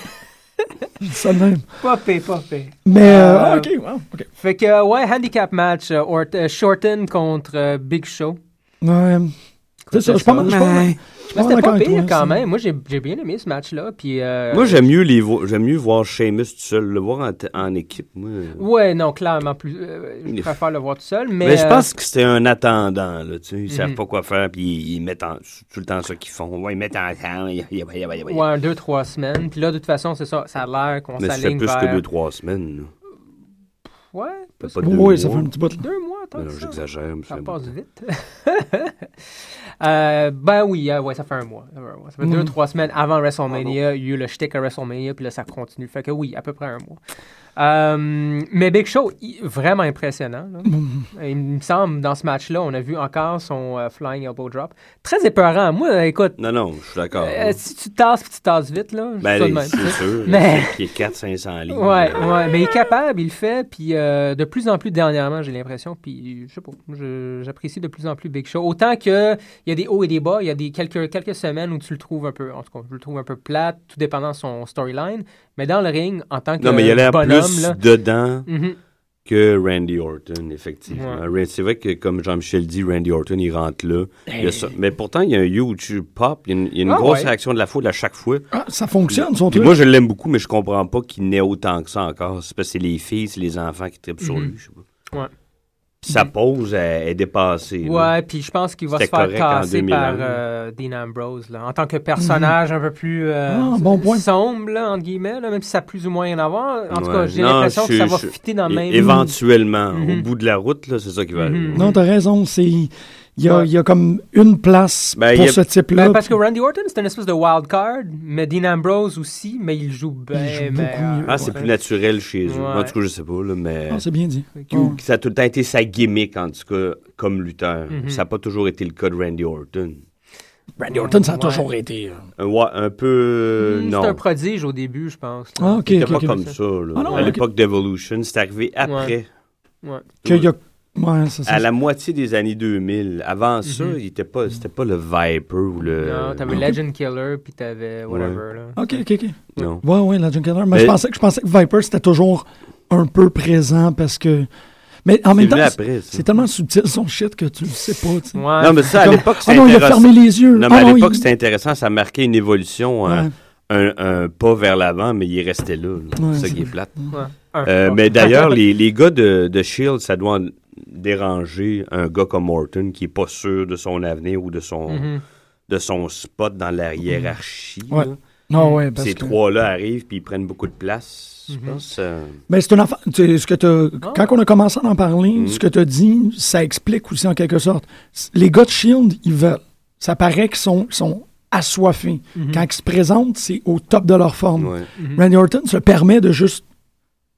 D: je dis ça de même.
E: Pas fait, pas fait.
D: Mais, euh,
E: Euh,
D: OK, wow, OK.
E: Fait que, euh, ouais, handicap match. euh, Ort- euh, Shorten contre euh, Big Show.
D: Ouais. C'est ça, je suis pas mal- je suis pas mal-
G: Mais-
D: je suis
E: Mais
D: pas
E: C'était
D: mal
E: pas
D: d'accord avec
E: pire
D: toi, ça.
E: quand même. Moi, j'ai j'ai bien aimé ce match-là. Puis, euh,
F: Moi, j'aime mieux, les vo- j'aime mieux voir Sheamus tout seul, le voir en, t- en équipe. Moi.
E: Ouais, non, clairement plus. euh, je
F: Il-
E: préfère le voir tout seul, mais.
F: Mais, Ben, je
E: euh,
F: pense que c'était un attendant. Là, tu sais, ils savent
E: Mhm.
F: pas quoi faire, puis ils, ils mettent en- tout le temps ce qu'ils font. Ouais, ils mettent ensemble. y- y- y- y- y- y-
E: euh, Ouais, un, deux, trois semaines. Puis là, de toute façon, c'est ça. Ça a l'air qu'on
F: Mais ça fait
E: s'aligne
F: plus
E: vers...
F: que deux, trois semaines. là.
E: Ouais,
F: Ça
E: plus
F: fait pas
E: que
F: deux
D: Oui, ça fait
F: mois.
D: un petit bout. là.
E: deux mois, tant
F: Mais
E: que
F: non,
E: ça.
F: Euh, J'exagère. mais ça
E: Ça
F: fait un
E: passe
F: bout de temps.
E: vite. Euh, ben oui, euh, ouais, ça fait un mois. Ça fait, un mois. Ça fait
F: Mm.
E: deux, trois semaines avant WrestleMania. Il y a eu le shtick à WrestleMania, puis là, ça continue. Fait que oui, à peu près un mois. Euh, mais Big Show, il- vraiment impressionnant. là.
F: Mm.
E: Il me semble, dans ce match-là, on a vu encore son euh, flying elbow drop. Très épeurant. Moi, euh, écoute,
F: Non, non, je suis d'accord.
E: euh, si tu tasses, puis tu tasses vite, là, je
F: Oh. Ben,
E: dis ça de
F: allez,
E: même.
F: c'est sûr.
E: Mais-
F: Qui est 400-500 livres.
E: Ouais,
F: Euh,
E: ouais, mais il est capable, il le fait, puis euh, de plus en plus dernièrement, j'ai l'impression, puis je sais pas, je- j'apprécie de plus en plus Big Show. Autant que il y a des hauts et des bas, il y a des quelques quelques semaines où tu le trouves un peu, en tout cas, je le trouve un peu plate, tout dépendant de son storyline, mais dans le ring, en tant que
F: Non, mais il a l'air
E: euh, bonhomme,
F: plus
E: là,
F: dedans
E: mhm,
F: que Randy Orton, effectivement.
E: Ouais.
F: Ray- C'est vrai que, comme Jean-Michel dit, Randy Orton, il rentre là. Il y a ça- mais pourtant, il y a un huge pop, il y a une, il y a une
E: Ah,
F: grosse
E: ouais.
F: réaction de la foule à chaque fois.
D: Ah, ça fonctionne, son
F: Puis
D: truc.
F: moi, je l'aime beaucoup, mais je comprends pas qu'il n'ait autant que ça encore. C'est parce que c'est les filles, c'est les enfants qui trippent sur
E: Mhm.
F: lui. je sais pas.
E: Ouais.
F: Puis sa pose elle- elle est dépassée. là.
E: ouais, puis je pense qu'il va se
F: C'était
E: faire
F: correct en
E: casser
F: 2001.
E: par euh, Dean Ambrose, là, en tant que personnage un peu plus euh,
D: Ah, bon point.
E: sombre, là, entre guillemets, là, même si ça a plus ou moins rien à voir. En tout cas,
F: Ouais.
E: j'ai
F: Non,
E: l'impression que
F: je-
E: ça va
F: je-
E: fitter dans le
F: É-
E: même...
F: Éventuellement,
E: Mhm.
F: au bout de la route, là, c'est ça qui va
E: Mhm.
F: arriver.
D: Non, t'as raison. c'est- Il y a, il y a comme une place
F: Ben,
D: pour
F: il y a-
D: ce type-là.
E: Ben, parce que Randy Orton, c'est une espèce de wild card, mais Dean Ambrose aussi, mais il joue bien euh,
D: joue beaucoup
E: meilleur.
D: mieux.
F: Ah, c'est
E: Ouais.
F: plus naturel chez eux.
E: Ouais.
F: En tout cas, je sais pas, là, mais
D: Ah, c'est bien dit.
F: Ou que ça a tout le temps été sa gimmick, en tout cas, comme lutteur.
E: Mhm.
F: Ça n'a pas toujours été le cas de Randy Orton.
D: Randy Orton, ça a
E: Ouais.
D: toujours été. euh,
F: Un, wa- un peu... euh,
E: Hmm,
F: non,
E: C'est un prodige au début, je pense. là.
D: Ah, ok,
F: c'était
D: ok,
F: pas
D: ok.
F: comme ça. là.
D: Ah, non,
F: à
D: ok.
F: l'époque d'Evolution, c'est arrivé après.
E: Ouais.
D: Qu'il y a- Ouais, ça, ça,
F: À la moitié des années 2000. Avant ça,
E: Mhm.
F: il était pas, c'était pas le Viper ou le...
E: Non, t'avais Legend Killer, puis t'avais whatever. Là.
D: OK, OK, OK.
F: Non.
D: Ouais, ouais, la Junkyard. Mais
F: Mais-
D: je pensais, que- je pensais que Viper, c'était toujours un peu présent parce que. Mais en même
F: C'est
D: temps,
F: venu
D: c'est-
F: après, ça.
D: c'est tellement subtil son shit que tu le sais pas. tu sais.
E: Ouais.
F: Non, mais ça, à
D: Comme-
F: l'époque,
D: Ah
F: c'était
D: non, il a
F: intéressant.
D: fermé les yeux.
F: Non,
D: Ah
F: mais à
D: non,
F: l'époque,
D: il-
F: c'était intéressant. Ça marquait une évolution, hein,
D: Ouais.
F: un, un pas vers l'avant, mais il restait là. là.
D: Ouais,
F: c'est ça
D: c'est
F: qui est plate.
E: Ouais. Un,
F: Euh,
E: bon.
F: mais d'ailleurs, les, les gars de, de Shield, E ça doit en déranger un gars comme Orton qui est pas sûr de son avenir ou de son,
E: Mhm.
F: de son spot dans la hiérarchie.
D: Mm-hmm. Ouais,
F: là.
D: Non, ouais, parce
F: Ces
D: que-
F: trois-là arrivent puis ils prennent beaucoup de place. Je
E: Mhm.
F: pense. euh,
D: Mais c'est une affaire. tu sais, ce que t'as-
E: Ah.
D: Quand on a commencé à en parler,
F: Mm-hmm.
D: ce que tu as dit, ça explique aussi en quelque sorte. S- Les gars de Shield, ils veulent. Ça paraît qu'ils sont, ils sont assoiffés. Quand ils se présentent, c'est au top de leur forme.
F: Mm-hmm. ouais.
D: Randy Orton se permet de juste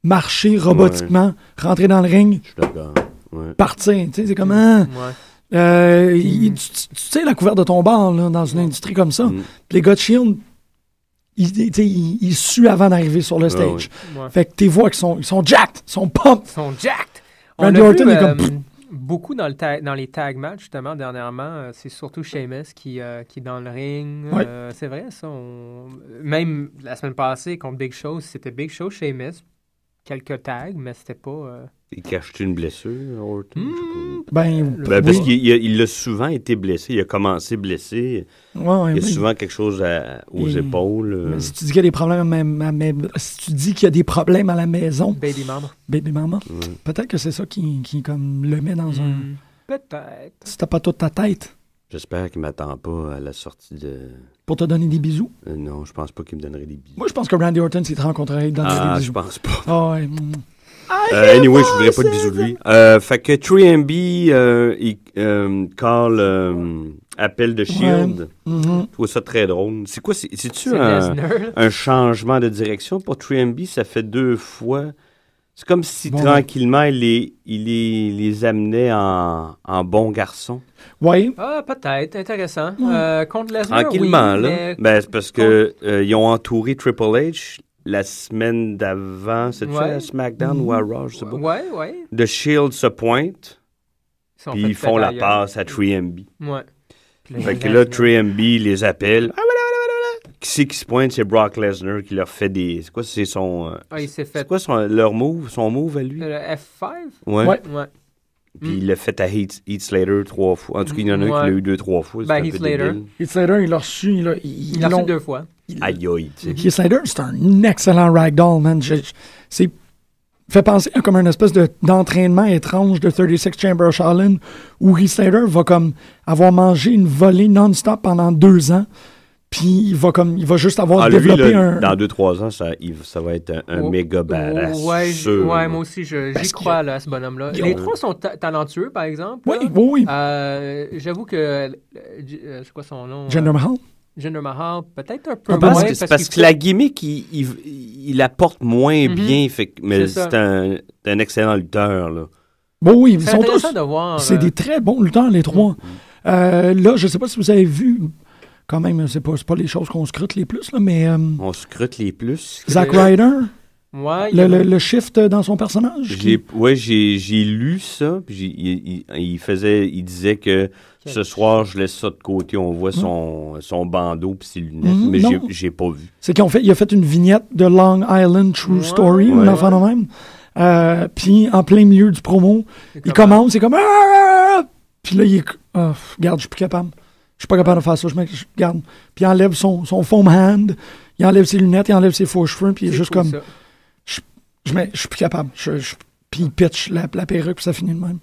D: marcher robotiquement, rentrer dans le ring,
F: Je suis d'accord. Ouais.
D: partir. Tu sais, c'est comme.
F: Mm.
D: Ah,
E: Ouais.
D: euh, il- tu, tu- tu sais, la couverte de ton bar là, dans une industrie comme ça.
F: Mm.
D: Puis Les gars de Shield, ils, tu sais, ils, ils suent avant d'arriver sur
F: Ah
D: le stage.
E: ouais.
D: Fait que tes voix qui sont, ils sont jacked, ils sont pumped.
E: Ils sont jacked.
D: Randy
E: a
D: Orton
E: vu,
D: est comme-
E: euh, Beaucoup dans, le tag- dans les tag matchs, justement, dernièrement, euh, c'est surtout Sheamus qui, euh, qui est dans le ring.
D: Ouais.
E: Euh, c'est vrai, ça. on- Même la semaine passée, contre Big Show, c'était Big Show, Sheamus, quelques tags, mais c'était pas... euh,
F: Il cache une blessure, Orton? Je sais pas.
D: Ben,
F: Ben, Parce
D: oui.
F: qu'il il a, il a souvent été blessé. Il a commencé blessé.
D: Ouais, ouais,
F: Il y a
D: Ah oui.
F: souvent quelque chose à- aux
D: Et-
F: épaules. euh.
D: Mais si tu dis qu'il y a des problèmes à ma- à ma- si tu dis qu'il y a des problèmes à la maison,
E: Baby membre.
D: baby maman, peut-être que c'est ça qui, qui comme le met
F: Hmm.
D: dans
F: Mm.
D: un.
E: Hmm. Peut-être.
D: Si t'as pas toute ta tête
F: J'espère qu'il m'attend pas à la sortie de.
D: pour te donner des bisous.
F: Euh, non, je pense pas qu'il me donnerait des billets.
D: Moi, je pense que Randy Orton s'est rencontré dans
F: ah,
D: des
F: je
D: bisous.
F: pense pas.
D: Ah ouais, mm.
F: Euh, anyway, je voudrais pas de bisous de lui. Euh, fait que 3MB, euh, il euh, call euh, appel de Shield.
D: Mm-hmm.
F: Je trouve ça très drôle. C'est quoi, c'est- c'est-tu
E: C'est
F: un,
E: Lesnar.
F: un changement de direction pour 3MB? Ça fait deux fois. C'est comme si
D: Bon.
F: tranquillement, il les, il les, il les amenait en, en bon garçon.
D: Oui.
E: Ah, peut-être. Intéressant. Euh, contre Lesnar,
F: Hmm. Tranquillement,
E: oui,
F: là.
E: mais-
F: Ben, c'est parce que euh, ils ont entouré Triple H la semaine d'avant. C'est-tu
E: Ouais.
F: à SmackDown ou à Raw? Je sais pas.
E: Ouais, ouais.
F: The Shield se pointe,
E: sont
F: puis
E: fait euh,
F: ils font la
E: peut-être ailleurs.
F: passe à 3MB.
E: Ouais. Puis
F: Fait que là, 3MB les appelle. Ah, voilà, voilà, voilà, voilà. Qui c'est qui se pointe? C'est Brock Lesnar qui leur fait des... C'est quoi, c'est son... euh,
E: Ah, il s'est
F: C'est
E: fait
F: quoi son, leur move, son move à lui?
E: le F5?
D: Ouais.
F: Ouais.
E: Ouais. Mm.
F: Puis il l'a fait à Heath, Heath Slater trois fois. En tout cas, il y en a un qui
E: Ouais.
F: l'a eu deux, trois fois.
E: Ben,
F: c'est un
E: Heath
F: peu
E: Slater.
F: débile.
D: Heath Slater, il l'a reçu. Il l'a-
E: Il
D: ils
E: l'a
D: l'ont-
E: fait deux fois.
F: Aïe, aïe, tu sais.
D: Heath Slater, c'est un excellent ragdoll, man. Je- je- c'est fait penser à comme un espèce de- d'entraînement étrange de 36 Chamber of Shaolin où Heath Slater va comme avoir mangé une volée non-stop pendant deux ans. Puis il va comme il va juste avoir
F: Ah, lui,
D: développé
F: là,
D: un.
F: dans deux, trois ans, ça, il- ça va être un, un
E: Oh,
F: méga badass.
E: oh, Ouais, j-
F: sûr.
E: ouais, moi aussi, je-
D: Parce
E: j'y
D: que-
E: crois là, à ce bonhomme-là.
D: Ils
E: Les
D: ont-
E: trois sont ta- talentueux, par exemple.
D: Oui,
E: là.
D: oui, oui.
E: Euh, J'avoue que. euh, J- euh, C'est quoi son nom?
D: Jinder Mahal.
E: euh, Jinder Mahal, peut-être un
D: Ah,
E: peu moins.
D: parce
F: Parce
D: Ouais,
F: que c'est parce
E: qu'il
F: que la gimmick, il, il, il apporte moins
E: Mhm.
F: bien. Fait, que- mais
E: C'est ça.
F: c'est un, c'est un excellent lutteur. Là.
D: Bon, oui, ils
E: C'est
D: sont tous.
E: intéressant de voir.
D: C'est
E: euh, Mm,
D: des très bons lutteurs, les trois. Euh, là, je sais pas si vous avez vu, quand même, c'est pas, c'est pas les choses qu'on scrute les plus, là, mais euh,
F: On scrute les plus.
D: Zack
E: Euh,
D: Ryder,
E: Ouais, il y
D: le,
E: a-
D: le- le shift dans son personnage.
F: J'ai, ouais, j'ai, j'ai lu ça. Puis j'ai- il, il- il faisait, il disait que
E: Quel-
F: ce soir, je laisse ça de côté. On voit son, son bandeau puis ses lunettes.
D: Mhm,
F: mais
D: non.
F: j'ai, j'ai pas vu.
D: C'est qu'il fait, il a fait une vignette de Long Island True
E: Ouais.
D: Story, ou
F: Ouais.
D: un enfant de même. Euh, Puis en plein milieu du promo, il commence, c'est comme. Ah, ah, ah. Puis là, il est. Ah, regarde, je suis plus capable. Je suis pas capable de faire ça. Je me je- garde. Puis il enlève son, son foam hand, il enlève ses lunettes, il enlève ses faux cheveux, puis il est
E: c'est
D: juste
E: cool,
D: comme.
E: ça.
D: Je, mets- je suis plus capable. Je, je- puis il pitch la, la perruque, puis ça finit de même.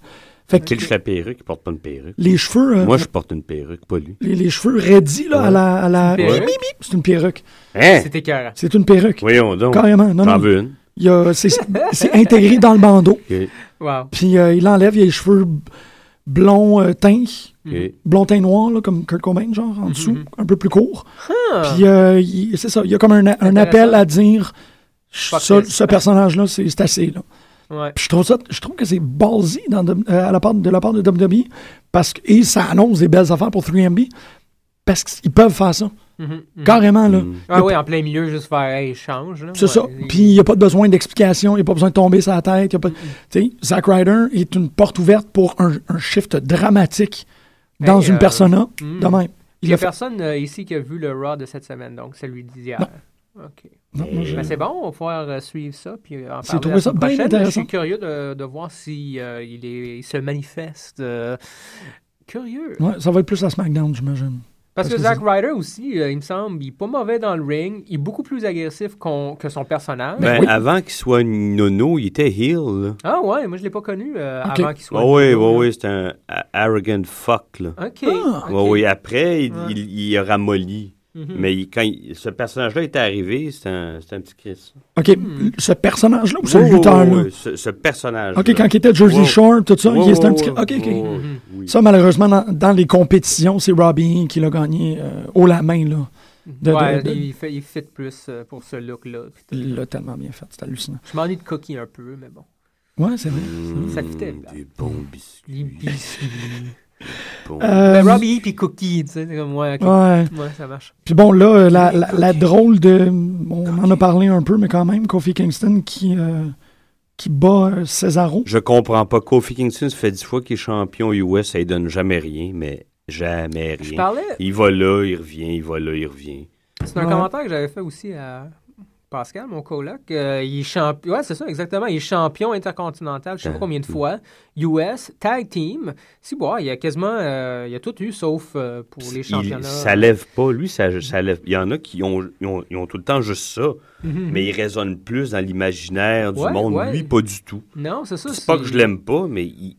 D: Fait que
F: Quel la perruque? Il porte pas une perruque.
D: les cheveux. euh,
F: Moi, je porte une perruque, pas lui.
D: les, les cheveux raidis, là, à la. à la-
E: C'est une perruque?
D: Bip, bip, C'est une perruque.
F: Hein?
E: C'est écœurant.
D: C'est une perruque.
F: Voyons donc.
D: Carrément. Non,
F: T'en
D: non.
F: veux une?
D: Il y a- c'est- c'est intégré dans le bandeau.
F: Ok,
E: Wow.
D: Puis euh, il enlève, il a les cheveux b- blonds euh, teints,
F: ok.
D: blond teint noir, là, comme Kurt Cobain, genre,
E: Mm-hmm.
D: en dessous, un peu plus court. Puis euh, il- c'est ça, il y a comme un, a- un appel à dire
E: Fuck
D: ce,
E: this.
D: ce personnage-là, c'est c'est assez. Là.
E: Ouais.
D: Puis je trouve, ça, je trouve que c'est ballsy dans, de- euh, à la part, de la part de WWE, parce que, et ça annonce des belles affaires pour 3MB, parce qu'ils peuvent faire ça. Carrément, là.
E: Ah oui, en plein milieu, juste faire, hey, change. là.
D: C'est ça.
E: Ouais, il-
D: Puis il n'y a pas besoin d'explication, il n'y a pas besoin de tomber sa tête. il Y a pas... Tu sais, Zack Ryder est une porte ouverte pour un, un shift dramatique dans
E: Hey,
D: une
E: euh,
D: persona
E: mm.
D: de même. Il
E: Il n'y a
D: a fait...
E: personne euh, ici qui a vu le Raw de cette semaine, donc celui d'hier. ah. OK.
D: Non, moi, je-
E: Ben, c'est bon, on va pouvoir euh, suivre ça. Puis euh, en
D: J'ai
E: parler
D: trouvé
E: la
D: ça
E: semaine
D: bien
E: prochaine.
D: intéressant.
E: Je suis curieux de, de voir si, euh, il, est, il se manifeste. euh, curieux.
D: Ouais, ça va être plus la SmackDown, j'imagine. parce
E: Parce, que,
D: que
E: Zack Ryder aussi, euh, il me semble, il est pas mauvais dans le ring. Il est beaucoup plus agressif qu'on- que son personnage.
F: Ben,
D: oui.
F: avant qu'il soit une nono, il était heel. là.
E: Ah ouais, moi je l'ai pas connu euh,
D: Ok.
E: avant qu'il soit.
F: Oh, oui, oui, oui, c'est un a- arrogant fuck, là.
E: OK.
D: Ah.
E: OK.
F: Ouais, Mhm. oui, après, il,
E: Ouais.
F: il, il a ramolli. Mais il- quand il- ce personnage-là est arrivé, c'est un, c'est un petit Chris.
D: OK,
E: Mm.
D: ce personnage-là ou ce
E: Oh,
F: Oui, oui,
D: lutteur-là?
F: oui, oui, ce, ce personnage
D: OK, quand il était Jersey
F: Wow.
D: Shore, tout ça, il était un petit... OK, OK.
F: Mhm.
D: Ça, malheureusement, dans, dans les compétitions, c'est Robbie Hinn qui l'a gagné euh, haut la main, là. De- de-
E: Ouais,
D: de-
E: Il, fait, il fit plus euh, pour ce look-là. puis tout.
D: Il l'a tellement bien fait, c'est hallucinant.
E: Je m'ennuie de Cookie un peu, mais bon.
D: Ouais, c'est vrai.
E: Ça fitait. là.
F: Mmh, Des bons biscuits.
E: Les biscuits.
F: bons-
D: Euh,
E: Ben, Robbie puis Cookie, tu sais, c'est comme, ouais, ok.
D: ouais.
E: Ouais, ça marche.
D: Puis bon, là, euh, la, la- la drôle de. On en a parlé un peu, mais quand même, Kofi Kingston qui, euh, qui bat euh, Cesaro.
F: Je comprends pas. Kofi Kingston, ça fait dix fois qu'il est champion US, ça ne donne jamais rien, mais jamais
E: Je
F: rien.
E: parlais,
F: Il va là, il revient, il va là, il revient.
E: c'est un
D: Ouais.
E: commentaire que j'avais fait aussi à Pascal, mon coloc. Euh, il est champion, ouais, c'est ça, exactement. Il est champion intercontinental, je
F: Ah.
E: sais pas combien de fois. US, tag team. Si, bon, il y a quasiment, euh, il y a tout eu, sauf euh, pour les
F: Il,
E: championnats.
F: ça lève pas, lui, ça, ça lève. Il y en a qui ont, ils ont, ils ont tout le temps juste ça, mais ils résonnent plus dans l'imaginaire du
E: Mhm. Ouais,
F: monde.
E: ouais.
F: Lui, pas du tout.
E: Non, c'est ça.
F: C'est pas que je l'aime pas, mais il,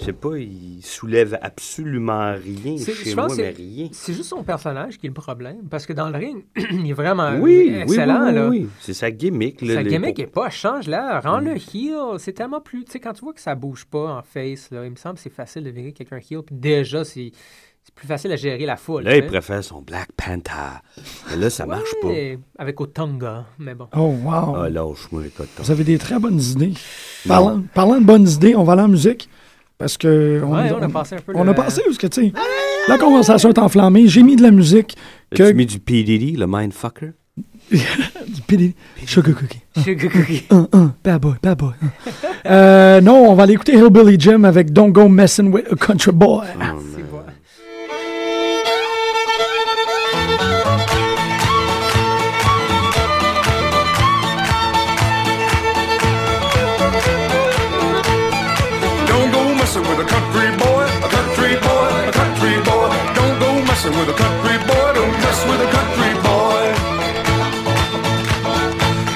F: Je sais pas, il soulève absolument rien
E: C'est- je
F: chez moi,
E: pense que
F: mais rien.
E: C'est juste son personnage qui est le problème, parce que dans le ring, il est vraiment euh,
F: Oui, oui,
E: excellent.
F: oui, oui,
E: là.
F: oui. Mm. C'est sa gimmick. Là,
E: Sa
F: les-
E: gimmick est pas, change-la, rends-le heel. C'est tellement plus. Tu sais, quand tu vois que ça bouge pas en face, là, il me semble que c'est facile de virer quelqu'un heel, puis déjà, c'est c'est plus facile à gérer la foule.
F: Là, il
E: hein.
F: préfère son Black Panther. Mais là,
D: Ah,
F: ça marche pas.
E: Et Avec Otunga, mais bon.
D: Oh, wow.
F: Ah, lâche-moi les cotons.
D: Vous avez des très bonnes idées. Parlant, parlant de bonnes idées, on va aller en musique. Parce que.
E: Ouais, on a passé un peu
D: On
E: le-
D: a passé, parce que, tu sais, la conversation est enflammée. J'ai mis de la musique. Que,
F: As-tu mis du PDD, le mindfucker?
D: du PD. Sugar Cookie.
E: Sugar Cookie.
D: Un, un. Bad boy, bad boy. un. Euh, non, on va aller écouter Hillbilly Jim avec Don't Go Messing with a Country Boy.
E: Ah,
F: Oh,
E: C'est bon.
I: Don't go messing with a country boy, a country boy, a country boy. Don't go messing with a country boy, don't mess with a country boy.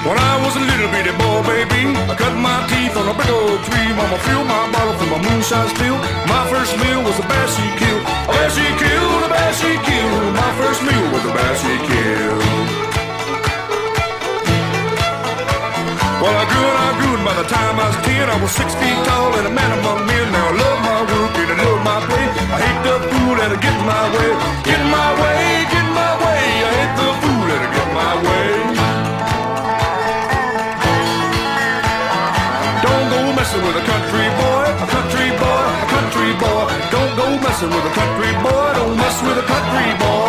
I: When I was a little bitty boy, baby, I cut my teeth on a big old tree. Mama filled my bottle from my moonshine still. My first meal was a bass she killed. A bass she killed, a bass she killed. My first meal was a bass she killed. Well, I grew and I grew, and by the time I was ten, I was six feet tall and a man among men. Now I love my work and I love my play. I hate the fool that'll get my way. Get my way, get my way. I hate the fool that'll get my way. Don't go messing with a country boy, a country boy, a country boy. Don't go messing with a country boy. Don't mess with a country boy.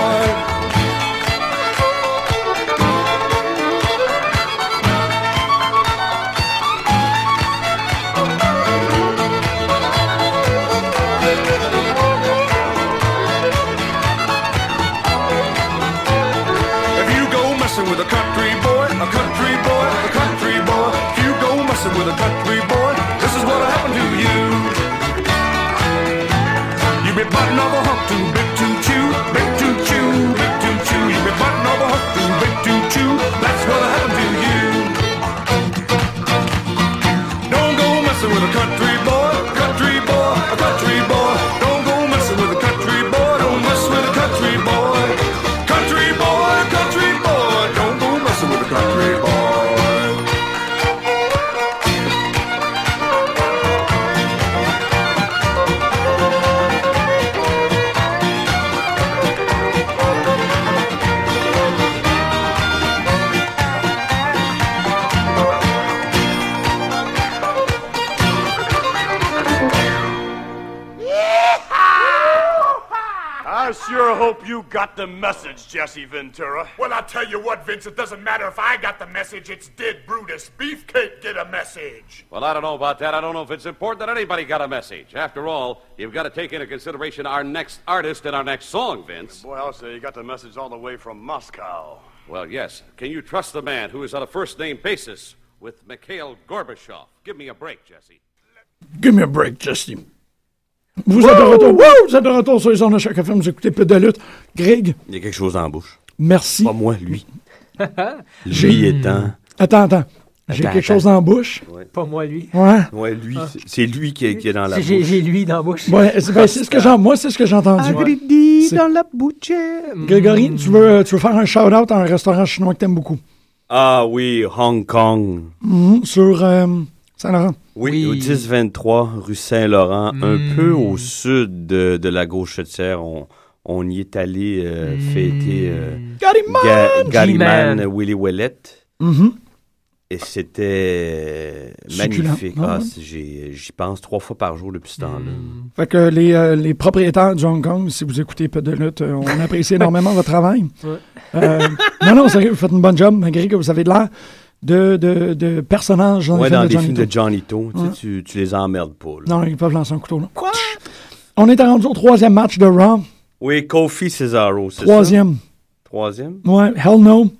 I: If you go messing with a country boy, a country boy, a country boy, if you go messing with a country boy, this is what'll happen to you. You be button of a hook too big to chew, big to chew, big to chew. You be button of a hook too big to chew. That's what'll happen to you. Don't go messing with a country boy, country boy, a country boy. Don't go messing with a country boy, don't mess with a country boy. Country boy, country boy, don't go messing with a country boy.
J: I sure hope you got the message, Jesse Ventura.
I: Well, I tell you what, Vince, it doesn't matter if I got the message, it's did Brutus. Beefcake get a message.
J: Well, I don't know about that. I don't know if it's important that anybody got a message. After all, you've got to take into consideration our next artist and our next song, Vince.
I: Boy, I'll say you got the message all the way from Moscow.
J: Well, yes. Can you trust the man who is on a first name basis with Mikhail Gorbachev? Give me a break, Jesse.
D: Give me a break, Justin. Vous êtes de retour. Wouh! Vous êtes de retour sur les ondes de chaque FM. Vous écoutez Pute de lutte. Greg,
F: Il y a quelque chose en bouche.
D: merci.
F: Pas moi, lui. lui
D: J'ai-
F: étant.
D: Attends, attends. J'ai
F: Attends,
D: quelque chose en bouche.
E: Pas moi, lui.
D: Ouais.
F: Ouais, lui. c'est- C'est lui qui est, qui est dans la
E: C'est- Ah. J'ai
F: bouche.
E: j'ai lui dans la bouche.
D: Ouais, c'est ben, c'est ce que j'ai. Moi, c'est ce que j'ai entendu. C'est- Mm.
E: dans la bouche.
D: Grégory, tu veux, euh, tu veux faire un shout-out à un restaurant chinois que t'aimes beaucoup
F: Ah oui, Hong Kong.
D: sur euh, Saint-Laurent.
F: Oui, au 1023 rue Saint-Laurent,
E: Hmm.
F: un peu au sud de, de la Gauchetière. On, on y est allé euh, fêter euh, Ga- Gariman
E: G-Man.
F: Willy Willett.
D: Mhm.
F: Et c'était euh,
D: Succulent.
F: magnifique.
D: Ah
F: Ah,
D: ouais.
F: c'est- j'ai- J'y pense trois fois par jour depuis ce temps-là.
D: Fait que les, euh, les propriétaires du Hong Kong, si vous écoutez peu de lutte, euh, on apprécie énormément votre travail.
E: Ouais.
D: Euh, non, non, sérieux, vous faites une bonne job, malgré que vous avez de l'air de, de, de personnages dans les
F: Ouais,
D: films
F: dans
D: de
F: les
D: Johnny
F: films
D: Depp.
F: de Johnny To, tu, sais, tu, tu les emmerdes pas. là.
D: Non, ils peuvent lancer un couteau. Là. Quoi? On est rendu au troisième match de Raw.
F: Oui, Kofi Cesaro, c'est ça?
D: Troisième.
F: Troisième?
D: Ouais, Hell No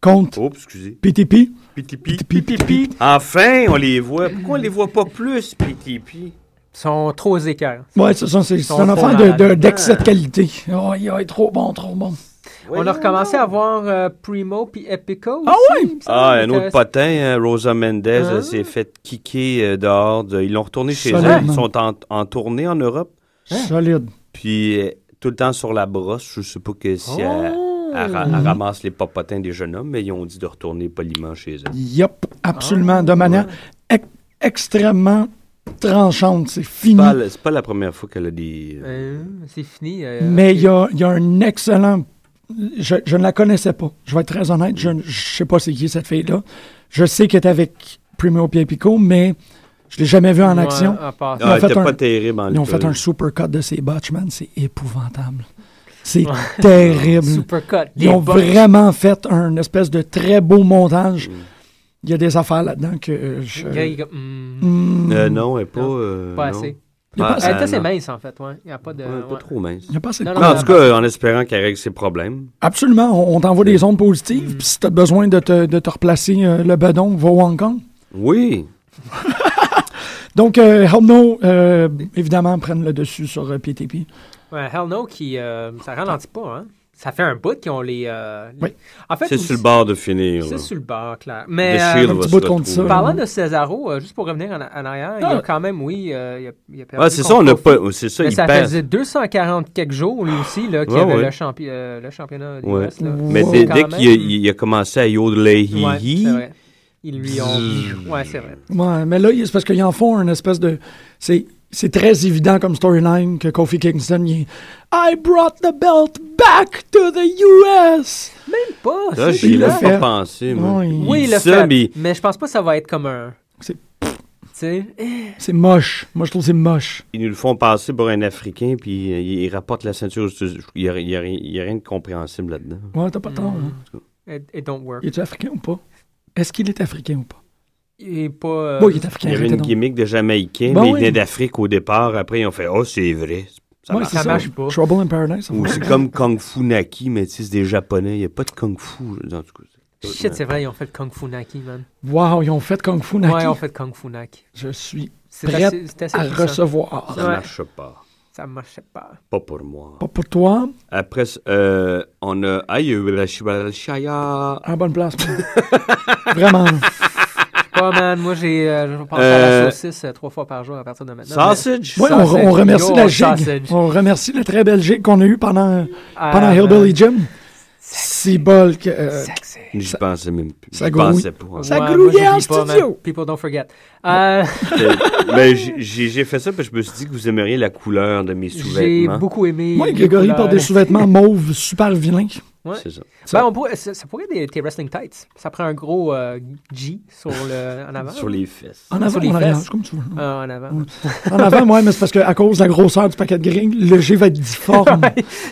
D: contre
F: Oh, excusez.
D: PTP.
F: PTP.
D: PTP.
F: Enfin, on les voit. Pourquoi on les voit pas plus, PTP?
E: Ils sont trop aux écarts.
D: Ouais, c'est ça. C'est c'est
E: sont
D: une
E: trop
D: affaire de- de-
E: malades.
D: d'excès de, qualité. Oh, il est trop bon, trop bon.
E: On a recommencé à voir euh, Primo puis Epico.
D: Ah
E: oui!
F: Ah, un autre potin, hein, Rosa Mendez, elle s'est fait kicker euh, dehors. de- ils l'ont retourné chez eux. Ils
D: Solidement.
F: sont en, en tournée en Europe.
D: Solide.
F: Puis euh, tout le temps sur la brosse. Je sais pas que si elle,
E: Oh!
F: elle ra- elle
E: Mm-hmm.
D: Mhm.
F: ramasse les popotins des jeunes hommes, mais ils ont dit de retourner poliment chez eux.
E: Mm-hmm.
D: Yep,
E: Ah,
D: absolument. de manière ex- extrêmement tranchante. C'est
F: C'est
D: fini.
F: pas, la- c'est pas la première fois qu'elle a des. euh,
E: c'est fini. euh,
D: Mais il y a, il y a un excellent. Je, je ne la connaissais pas. Je vais être très honnête. Je ne je sais pas c'est qui cette fille-là. Je sais qu'elle est avec Primo Piepico, mais je l'ai jamais vue en
E: Ouais,
D: action.
E: à part
F: ça. Ah, elle était pas terrible en
D: Ils ont
F: liqueur.
D: fait un supercut de ces botches, man. C'est épouvantable. C'est terrible.
E: Supercut, des
D: Ils ont
E: botches. Mm.
D: vraiment fait un espèce de très beau montage. Il y a des affaires là-dedans que euh, je.
E: Greg, hum,
D: Hmm.
F: Euh, non, elle est pas. euh,
E: pas
F: non.
E: assez.
F: Ah,
E: Elle était
F: ah,
E: assez
F: non.
E: mince, en fait. Ouais. Il n'y a pas de.
F: Ouais, elle est Pas
E: ouais.
F: trop mince.
D: Il y a pas assez de
E: Non,
F: Non,
E: non,
F: en
E: mais-
F: tout cas, en espérant qu'elle règle ses problèmes.
D: Absolument. On, on t'envoie des ondes positives.
E: Mm.
D: Puis si t'as besoin de te, de te replacer euh, le bedon, va au Hong Kong.
F: Oui.
D: Donc, euh, Help No, euh, évidemment, prennent le dessus sur euh, PTP.
E: Ouais, Hell No, qui, euh, ça ralentit pas. Hein. Ça fait un bout qu'ils ont les. euh, les-
D: Oui.
E: En fait,
F: C'est
E: aussi-
F: sur le bord de finir. là.
E: C'est sur le bord, clair. Mais.
F: The
E: euh,
F: Shield
D: un
F: va
D: petit
F: se
D: bout de contre ça.
F: retrouver.
E: Parlant de Cesaro, euh, juste pour revenir en, en arrière, il y a
D: Ah.
E: quand même, oui, euh, il a, il a perdu.
F: Ah, c'est ça,
E: contre
F: on n'a
E: Kofi.
F: pas. C'est ça,
E: Mais
F: il
E: ça
F: perd.
E: faisait 240 quelques jours, lui aussi, là, qu'il y
F: Ouais,
E: avait
F: ouais.
E: le, champi- euh, le championnat du
F: Ouais.
E: US, là.
F: Mais
E: Wow.
F: dès,
E: Quand
F: dès
E: même.
F: qu'il a, il a commencé à yodeler, hi
E: Ouais,
F: hi,
E: c'est vrai. Ils lui ont. Ouais, c'est vrai.
D: Ouais, mais là, il- c'est parce qu'ils en font une espèce de. C'est, c'est très évident comme storyline que Kofi Kingston, il est, I brought the belt back to the US!
E: Même pas.
F: ça,
E: Ah, c'est
F: j'y ai
D: il le
E: clair.
D: fait.
F: pas pensé. moi.
D: Ouais, il-
E: Oui,
F: dit
E: il le
F: ça,
E: fait.
F: mais-
E: Mais... je pense pas que ça va être comme un.
D: C'est-
E: Tu sais, eh,
D: C'est moche. Moi, je trouve que c'est moche.
F: Ils nous le font passer pour un Africain, puis euh, ils rapportent la ceinture. aux États- Il n'y a, il y a rien- il y a rien de compréhensible là-dedans.
D: Ouais, t'as pas tort.
E: Mm.
D: hein.
E: eh, it, it don't work.
D: Il est africain ou pas? Est-ce qu'il est africain ou pas?
E: Il est pas. euh,
D: Bon, il est africain.
F: Il y avait
D: arrêtez
F: une
D: donc.
F: gimmick de Jamaïcain,
D: Ben
F: mais il
D: oui.
F: venait d'Afrique au départ. Après, ils ont fait Oh, c'est vrai. Ça
D: Ouais,
F: marche.
D: c'est
E: ça marche pas.
D: Trouble in Paradise. ça
F: Ou c'est comme Kung Fu Naki, mais tu sais, c'est des Japonais. Il n'y a pas de Kung Fu. En tout cas, c'est-
E: Shit, c'est vrai, ils ont fait Kung Fu Naki, man.
D: Wow, ils ont fait Kung Fu Naki.
E: Ouais, ils ont fait Kung Fu Naki.
D: Je suis
E: C'est
D: prête
E: assez- c'est assez
D: à
E: puissant.
D: recevoir.
F: Ça
E: Ouais.
F: marche pas.
E: Ça marchait pas.
F: Pas pour moi.
D: Pas pour toi,
F: Après, euh, on a. Ah, il y a eu la Shibalashaya.
D: à bonne place. Vraiment.
E: Pas man, moi j'ai euh, je vais penser à
F: Euh,
E: la saucisse euh, trois fois par jour à partir de maintenant.
F: Sausage.
D: Oui, on,
E: Sausage.
D: on remercie
E: Yo,
D: la
E: sausage.
D: gigue. On remercie la très belle gigue qu'on a eue pendant,
E: Ah,
D: pendant
E: man.
D: Hillbilly Jim. C'est bol que. euh,
E: Sexy.
F: J'y pensais même plus.
D: ça
F: J'y
D: grouille.
F: pensais pas. en fait.
D: Ça
E: Ouais,
D: grouillait
E: moi,
D: en
E: j'oublie pas, man.
D: studio.
E: People don't forget. Euh,
F: Mais j'ai- j'ai j'ai fait ça parce que je me suis dit que vous aimeriez la couleur de mes
E: j'ai
F: sous-vêtements.
E: beaucoup aimé.
D: Moi,
E: les
D: Grégory
E: couleurs.
D: porte des sous-vêtements mauves super vilains.
E: Ouais.
F: C'est ça.
E: Ben, on pourrait, ça, ça pourrait être des, tes wrestling tights. Ça prend un gros euh, G sur le, en avant.
F: Sur les fesses.
D: En avant,
E: les
D: en arrière,
E: fesses.
D: c'est comme tu veux.
E: Ah, en avant.
D: En avant, ouais, mais c'est parce qu'à cause de la grosseur du paquet de gring, le G va être difforme.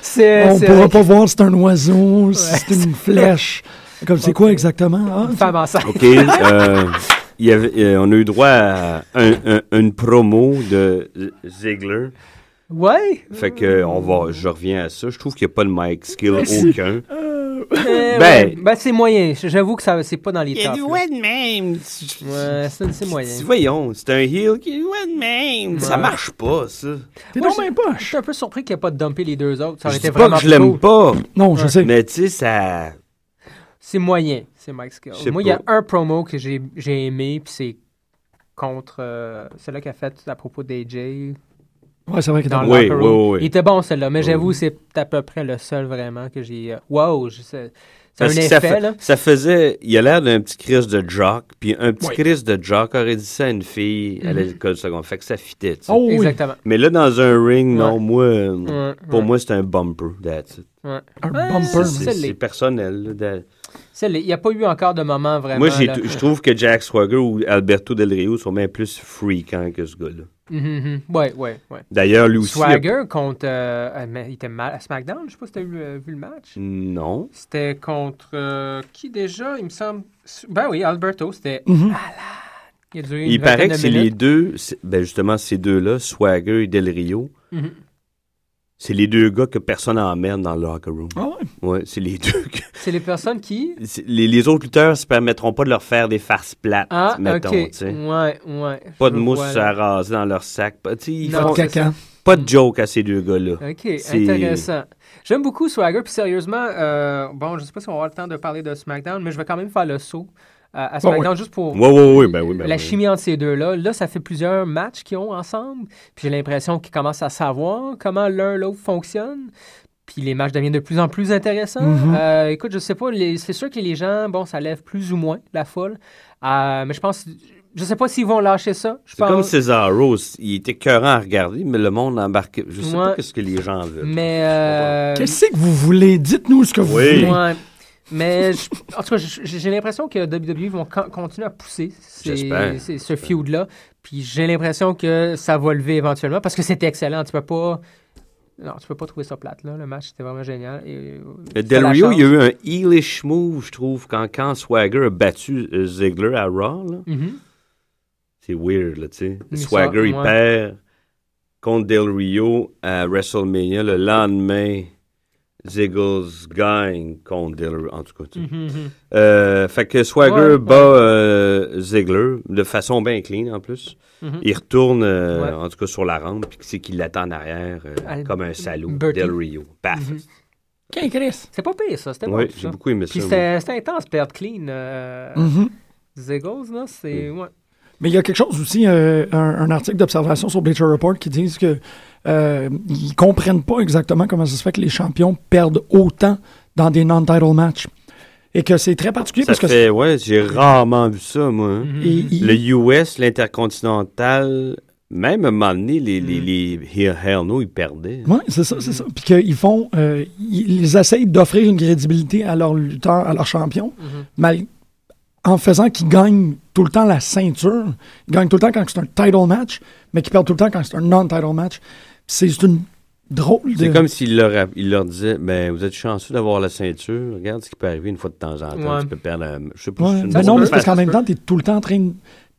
E: C'est
D: on
E: c'est
D: pourra
E: une
D: pas voir si c'est un oiseau, si c'est une flèche. Comme c'est quoi exactement? Ah,
E: femme enceinte.
F: OK. euh, il y avait, euh, on a eu droit à un- un- une promo de Ziegler. Oh.
E: Ouais.
F: Fait que euh, on va, je reviens à ça. Je trouve qu'il n'y a pas de mic skill aucun.
E: Euh,
F: Ben-
E: ouais. ben c'est moyen. J'avoue que ça c'est pas dans les tops. là.
F: de même.
E: Ouais, c'est c'est moyen.
F: Voyons, c'est un heel qui est de même. Ça
E: Ouais.
F: marche pas, ça.
D: t'es
E: Moi,
D: dans ma
E: Je
D: poche.
E: suis un peu surpris qu'il n'y ait pas dumpé les deux autres. Ça aurait
F: Je
E: été
F: dis pas
E: vraiment
F: que je
E: plus
F: l'aime
E: cool.
F: pas,
D: Non, je sais.
F: mais tu sais, ça.
E: C'est moyen, c'est Mike Skill.
F: Je sais
E: Moi, il y a
F: pas.
E: un promo que j'ai j'ai aimé, puis c'est contre euh, celle-là qu'il a faite à propos d'AJ
D: Ouais, c'est vrai qu'il est
E: dans
D: dans
E: le
F: Oui,
E: locker room.
F: oui, oui.
E: Il était bon, celle-là, mais j'avoue, c'est à peu près le seul vraiment que j'ai... euh, Wow! je sais- C'est un
F: Parce que ça,
E: effet,
F: fa-
E: là.
F: ça faisait. Il a l'air d'un petit Chris de jock, puis un petit
D: Oui.
F: Chris de jock aurait dit ça à une fille
E: Mm-hmm.
F: à l'école secondaire. Fait que ça fitait, tu sais.
D: Oh oui,
E: Exactement.
F: Mais là, dans un ring, non,
E: Ouais.
F: moi, euh,
E: Ouais,
F: pour
E: ouais.
F: moi, c'est un bumper. That's it.
E: Ouais.
D: un
E: Ouais,
D: bumper.
E: c'est-
F: C'est-
E: c'est
F: C'est
E: les-
F: personnel. là, that-
E: c'est les- Il n'y a pas eu encore de moment vraiment...
F: Moi, j'ai
E: là.
F: t- je trouve que Jack Swagger ou Alberto Del Rio sont même plus freakants que ce gars-là.
E: Mhm, mhm. Ouais, ouais, ouais.
F: D'ailleurs, lui aussi. il a-
E: Swagger contre... euh, euh, mais il était mal à SmackDown, je sais pas si tu as vu le match.
F: Non.
E: C'était contre euh, qui déjà, il me semble. Ben oui, Alberto, c'était malade. Il, a duré une
F: Il paraît
E: vingtaine
F: que
E: de
F: c'est les
E: minutes.
F: deux, c'est- ben justement, ces deux-là, Swagger et Del Rio,
E: Mhm.
F: c'est les deux gars que personne emmène dans le locker room.
D: Ah ouais.
F: Ouais, c'est les deux. que-
E: C'est les personnes qui.
F: c'est- les, les autres lutteurs se permettront pas de leur faire des farces plates,
E: Ah,
F: mettons.
E: ok.
F: tu sais.
E: Ouais, ouais.
F: Pas
E: Je
F: de mousse
E: vois,
F: à
E: là.
F: raser dans leur sac. Pas- tu sais, ils
E: Non,
F: font-
E: c'est
D: caca.
E: ça.
F: Pas de joke à ces deux gars-là.
E: OK,
F: C'est-
E: intéressant. J'aime beaucoup Swagger, puis sérieusement, euh, bon, je sais pas si on aura le temps de parler de SmackDown, mais je vais quand même faire le saut euh, à SmackDown
F: ouais.
E: juste pour
F: Ouais, ouais, ouais, ben oui, ben
E: la
F: oui.
E: chimie entre ces deux-là. Là, ça fait plusieurs matchs qu'ils ont ensemble, puis j'ai l'impression qu'ils commencent à savoir comment l'un l'autre fonctionne. Puis les matchs deviennent de plus en plus intéressants.
K: Mhm.
E: Euh, écoute, je sais pas, les- c'est sûr que les gens, bon, ça lève plus ou moins la foule. Euh, mais je pense, je sais pas s'ils vont lâcher ça. Je
F: C'est comme
E: pense.
F: César Rose. Il était écœurant à regarder, mais le monde embarquait. Je sais
E: Ouais. Mm.
F: pas ce que les gens veulent.
E: Mais. euh,
D: Qu'est-ce que vous voulez? Dites-nous ce que vous
F: Oui.
D: voulez.
E: Ouais. Mais je- en tout cas, je- j'ai j'ai l'impression que WWE vont con- continuer à pousser ces-
F: J'espère.
E: ces- ce feud-là. Puis j'ai l'impression que ça va lever éventuellement parce que c'était excellent. Tu peux pas. Non, tu peux pas trouver ça plate. Là. Le match, c'était vraiment génial. Et,
F: Euh,
E: c'était
F: Del
E: la
F: Rio, il y a
E: chance.
F: eu un heelish move, je trouve, quand, quand Swagger a battu euh, Ziggler à Raw. là.
E: Mhm.
F: C'est weird, là, tu sais.
E: Mais ça,
F: Swagger, il
E: ouais.
F: perd contre Del Rio à WrestleMania. Le lendemain, Ziggles gagne contre Del Rio. En tout cas, tu sais.
E: Mhm, mhm.
F: Euh, fait que Swagger
E: Ouais,
F: bat euh, Ziggler de façon bien clean, en plus.
E: Mhm.
F: Il retourne, euh,
E: Ouais.
F: en tout cas, sur la rampe, puis c'est qu'il l'attend en arrière euh,
E: Al-
F: comme un salaud.
E: Bertie.
F: Del Rio. Paf.
E: Quel Chris. C'est pas pire, ça. C'était bon,
F: Oui,
E: tout
F: j'ai
E: ça.
F: beaucoup aimé
E: Puis
F: ça,
E: c'était c'était intense, perdre clean. euh,
D: Mhm.
E: Ziggles, là, c'est.
F: Mm.
E: ouais.
D: Mais il y a quelque chose aussi, euh, un, un article d'observation sur Bleacher Report qui dit que euh, ils comprennent pas exactement comment ça se fait que les champions perdent autant dans des non-title matchs. Et que c'est très particulier
F: Ça
D: parce que
F: fait, ouais, j'ai rarement vu ça, moi. hein.
D: Mhm. Et-
F: Le US, l'intercontinental, même à un moment donné, les,
E: Mhm.
F: les, les Hell- Hell No, ils perdaient.
D: Oui, c'est ça, c'est ça. Puis qu'ils font, euh, ils essayent d'offrir une crédibilité à leurs lutteurs, à leurs champions, mal- en faisant qu'ils gagnent tout le temps la ceinture. Ils gagnent tout le temps quand c'est un title match, mais qu'ils perdent tout le temps quand c'est un non-title match. C'est juste une drôle de.
F: C'est comme s'il leur, il leur disait ben, Vous êtes chanceux d'avoir la ceinture, regarde ce qui peut arriver une fois de temps en temps.
D: Ouais.
F: Tu peux perdre un. Je sais pas
D: Ouais,
F: si c'est une
D: mais non,
F: drôle-
D: mais c'est parce qu'en même temps, t'es tout le temps en train de,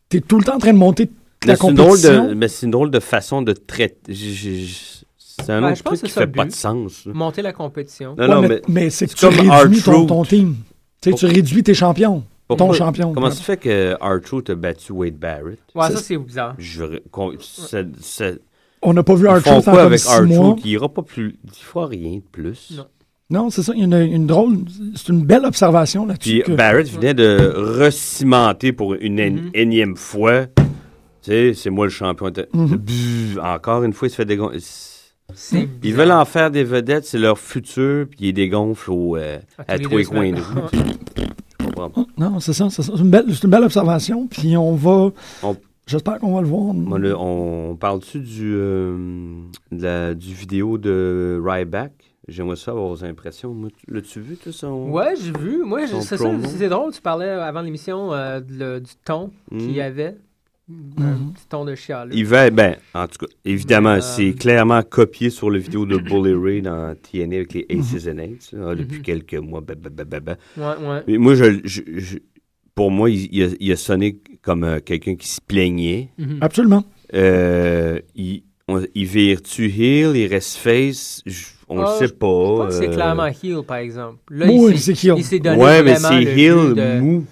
D: t'es tout le temps en train de monter
F: Mais
D: la
F: c'est une drôle
D: compétition.
F: de, mais c'est une drôle de façon de traiter. j'ai- j'ai- j'ai- C'est un
E: Ouais,
F: autre
E: je pense
F: truc
E: que
F: qui
E: c'est ça
F: fait
E: le
F: pas
E: but.
F: de sens. là.
E: Monter la compétition.
F: Non, non,
D: Ouais,
F: mais-
D: mais mais c'est que tu
F: c'est comme
D: réduis ton,
F: R-Truth.
D: ton team. Tu sais, tu réduis tes champions. Ton
F: Pourquoi-
D: champion.
F: Comment ça fait que Arthur a battu Wade Barrett
E: Ouais, ça, c'est bizarre.
F: Je- qu'on- ça- ça-
D: On n'a pas vu
F: Ils
D: R-Truth
F: font
D: en
F: quoi
D: comme
F: avec
D: six mois?
F: qui ira pas plus. Il fera rien de plus.
D: Non, c'est ça. Il y a une, une drôle. C'est une belle observation
F: Puis ben,
D: là-dessus. que-
F: Barrett venait de recimenter pour une en- énième fois. Tu sais, c'est moi le champion.
D: Mhm.
F: Bzzz, Encore une fois, il se fait dégonfler.
E: C'est
F: Ils veulent en faire des vedettes, c'est leur futur, puis ils dégonflent au, euh,
E: À
F: à,
E: Ah, tous les
F: tous les
E: deux
F: coins de
E: semaines.
F: rue. Je comprends pas.
D: Non, c'est ça. C'est ça. C'est une, belle, c'est une belle observation. Puis on va.
F: On-
D: J'espère qu'on va le voir.
F: Moi, là, on parle-tu du, euh, de la- du vidéo de Ryback? J'aimerais ça avoir vos impressions. Moi, tu- L'as-tu vu, tout son...
E: Ouais, j'ai vu. Moi, je-
F: son
E: c'est ça.
F: promo?
E: C'est drôle, tu parlais avant l'émission euh, de le- du ton qu'il y avait.
F: Mhm.
E: Un petit ton de chialeux.
F: Hmm. Il va, ben, en tout cas, évidemment,
E: Mais, euh,
F: c'est clairement copié sur la vidéo de Bully Ray dans TNA avec les Aces
E: Mhm.
F: and Eights, là, depuis quelques mois. ba, ba, ba, ba, ba.
E: Ouais, ouais.
F: Mais moi, je, je- je- pour moi, il, il a, il a sonné comme euh, quelqu'un qui se plaignait.
D: Mhm. Absolument.
F: Euh, il, on- il vire-tu heel, il reste face, Je- on
E: Ah,
F: le sait
E: je-
F: pas.
E: Je pense que c'est
F: euh,
E: clairement heel, par exemple. Là,
F: Oui,
E: il s'est-
F: c'est heel.
E: Il s'est donné
F: Ouais, mais
E: vraiment
F: c'est
E: le
F: heel
E: jus de...
F: mou.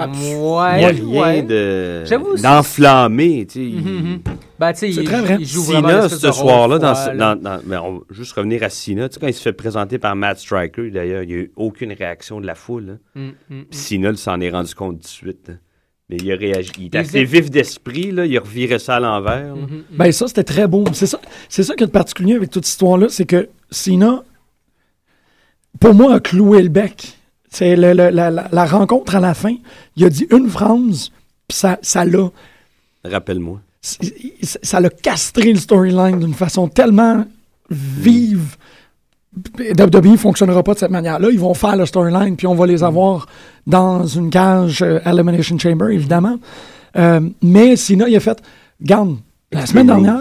F: il y a
E: Ouais,
F: rien
E: ouais.
F: de-
E: J'avoue, c'est-
F: d'enflammé. tu sais, il-
E: Mhm. Ben, tu sais,
F: C'est
E: il,
F: très vrai.
E: il joue vraiment
F: Cena,
E: l'espèce de
F: ce
E: rôle
F: soir-là, dans,
E: froid,
F: ce-
E: là.
F: dans- dans- mais on va juste revenir à Cena, tu sais, quand il se fait présenter par Matt Striker, d'ailleurs, il n'y a eu aucune réaction de la foule. hein.
E: Mm, mm, mm.
F: Puis Cena il s'en est rendu compte tout de suite. hein. Mais il a réagi. Il est
E: Il
F: assez
E: faisait-
F: vif d'esprit, là, il a reviré ça à l'envers. là.
E: Mm-hmm.
D: Ben ça, c'était très beau. C'est ça, c'est ça qui est de particulier avec toute cette histoire-là, c'est que Sina, pour moi, a cloué le bec. C'est le- le- la, la- la rencontre à la fin, il a dit une phrase, puis ça, ça l'a,
F: Rappelle-moi.
D: ça ça l'a castré le storyline d'une façon tellement vive. WWE ne fonctionnera pas de cette manière-là. Ils vont faire le storyline, puis on va
F: Mm.
D: les avoir dans une cage euh, à Elimination Chamber, évidemment. Euh, mais Sina, il a fait Garde, la semaine dernière,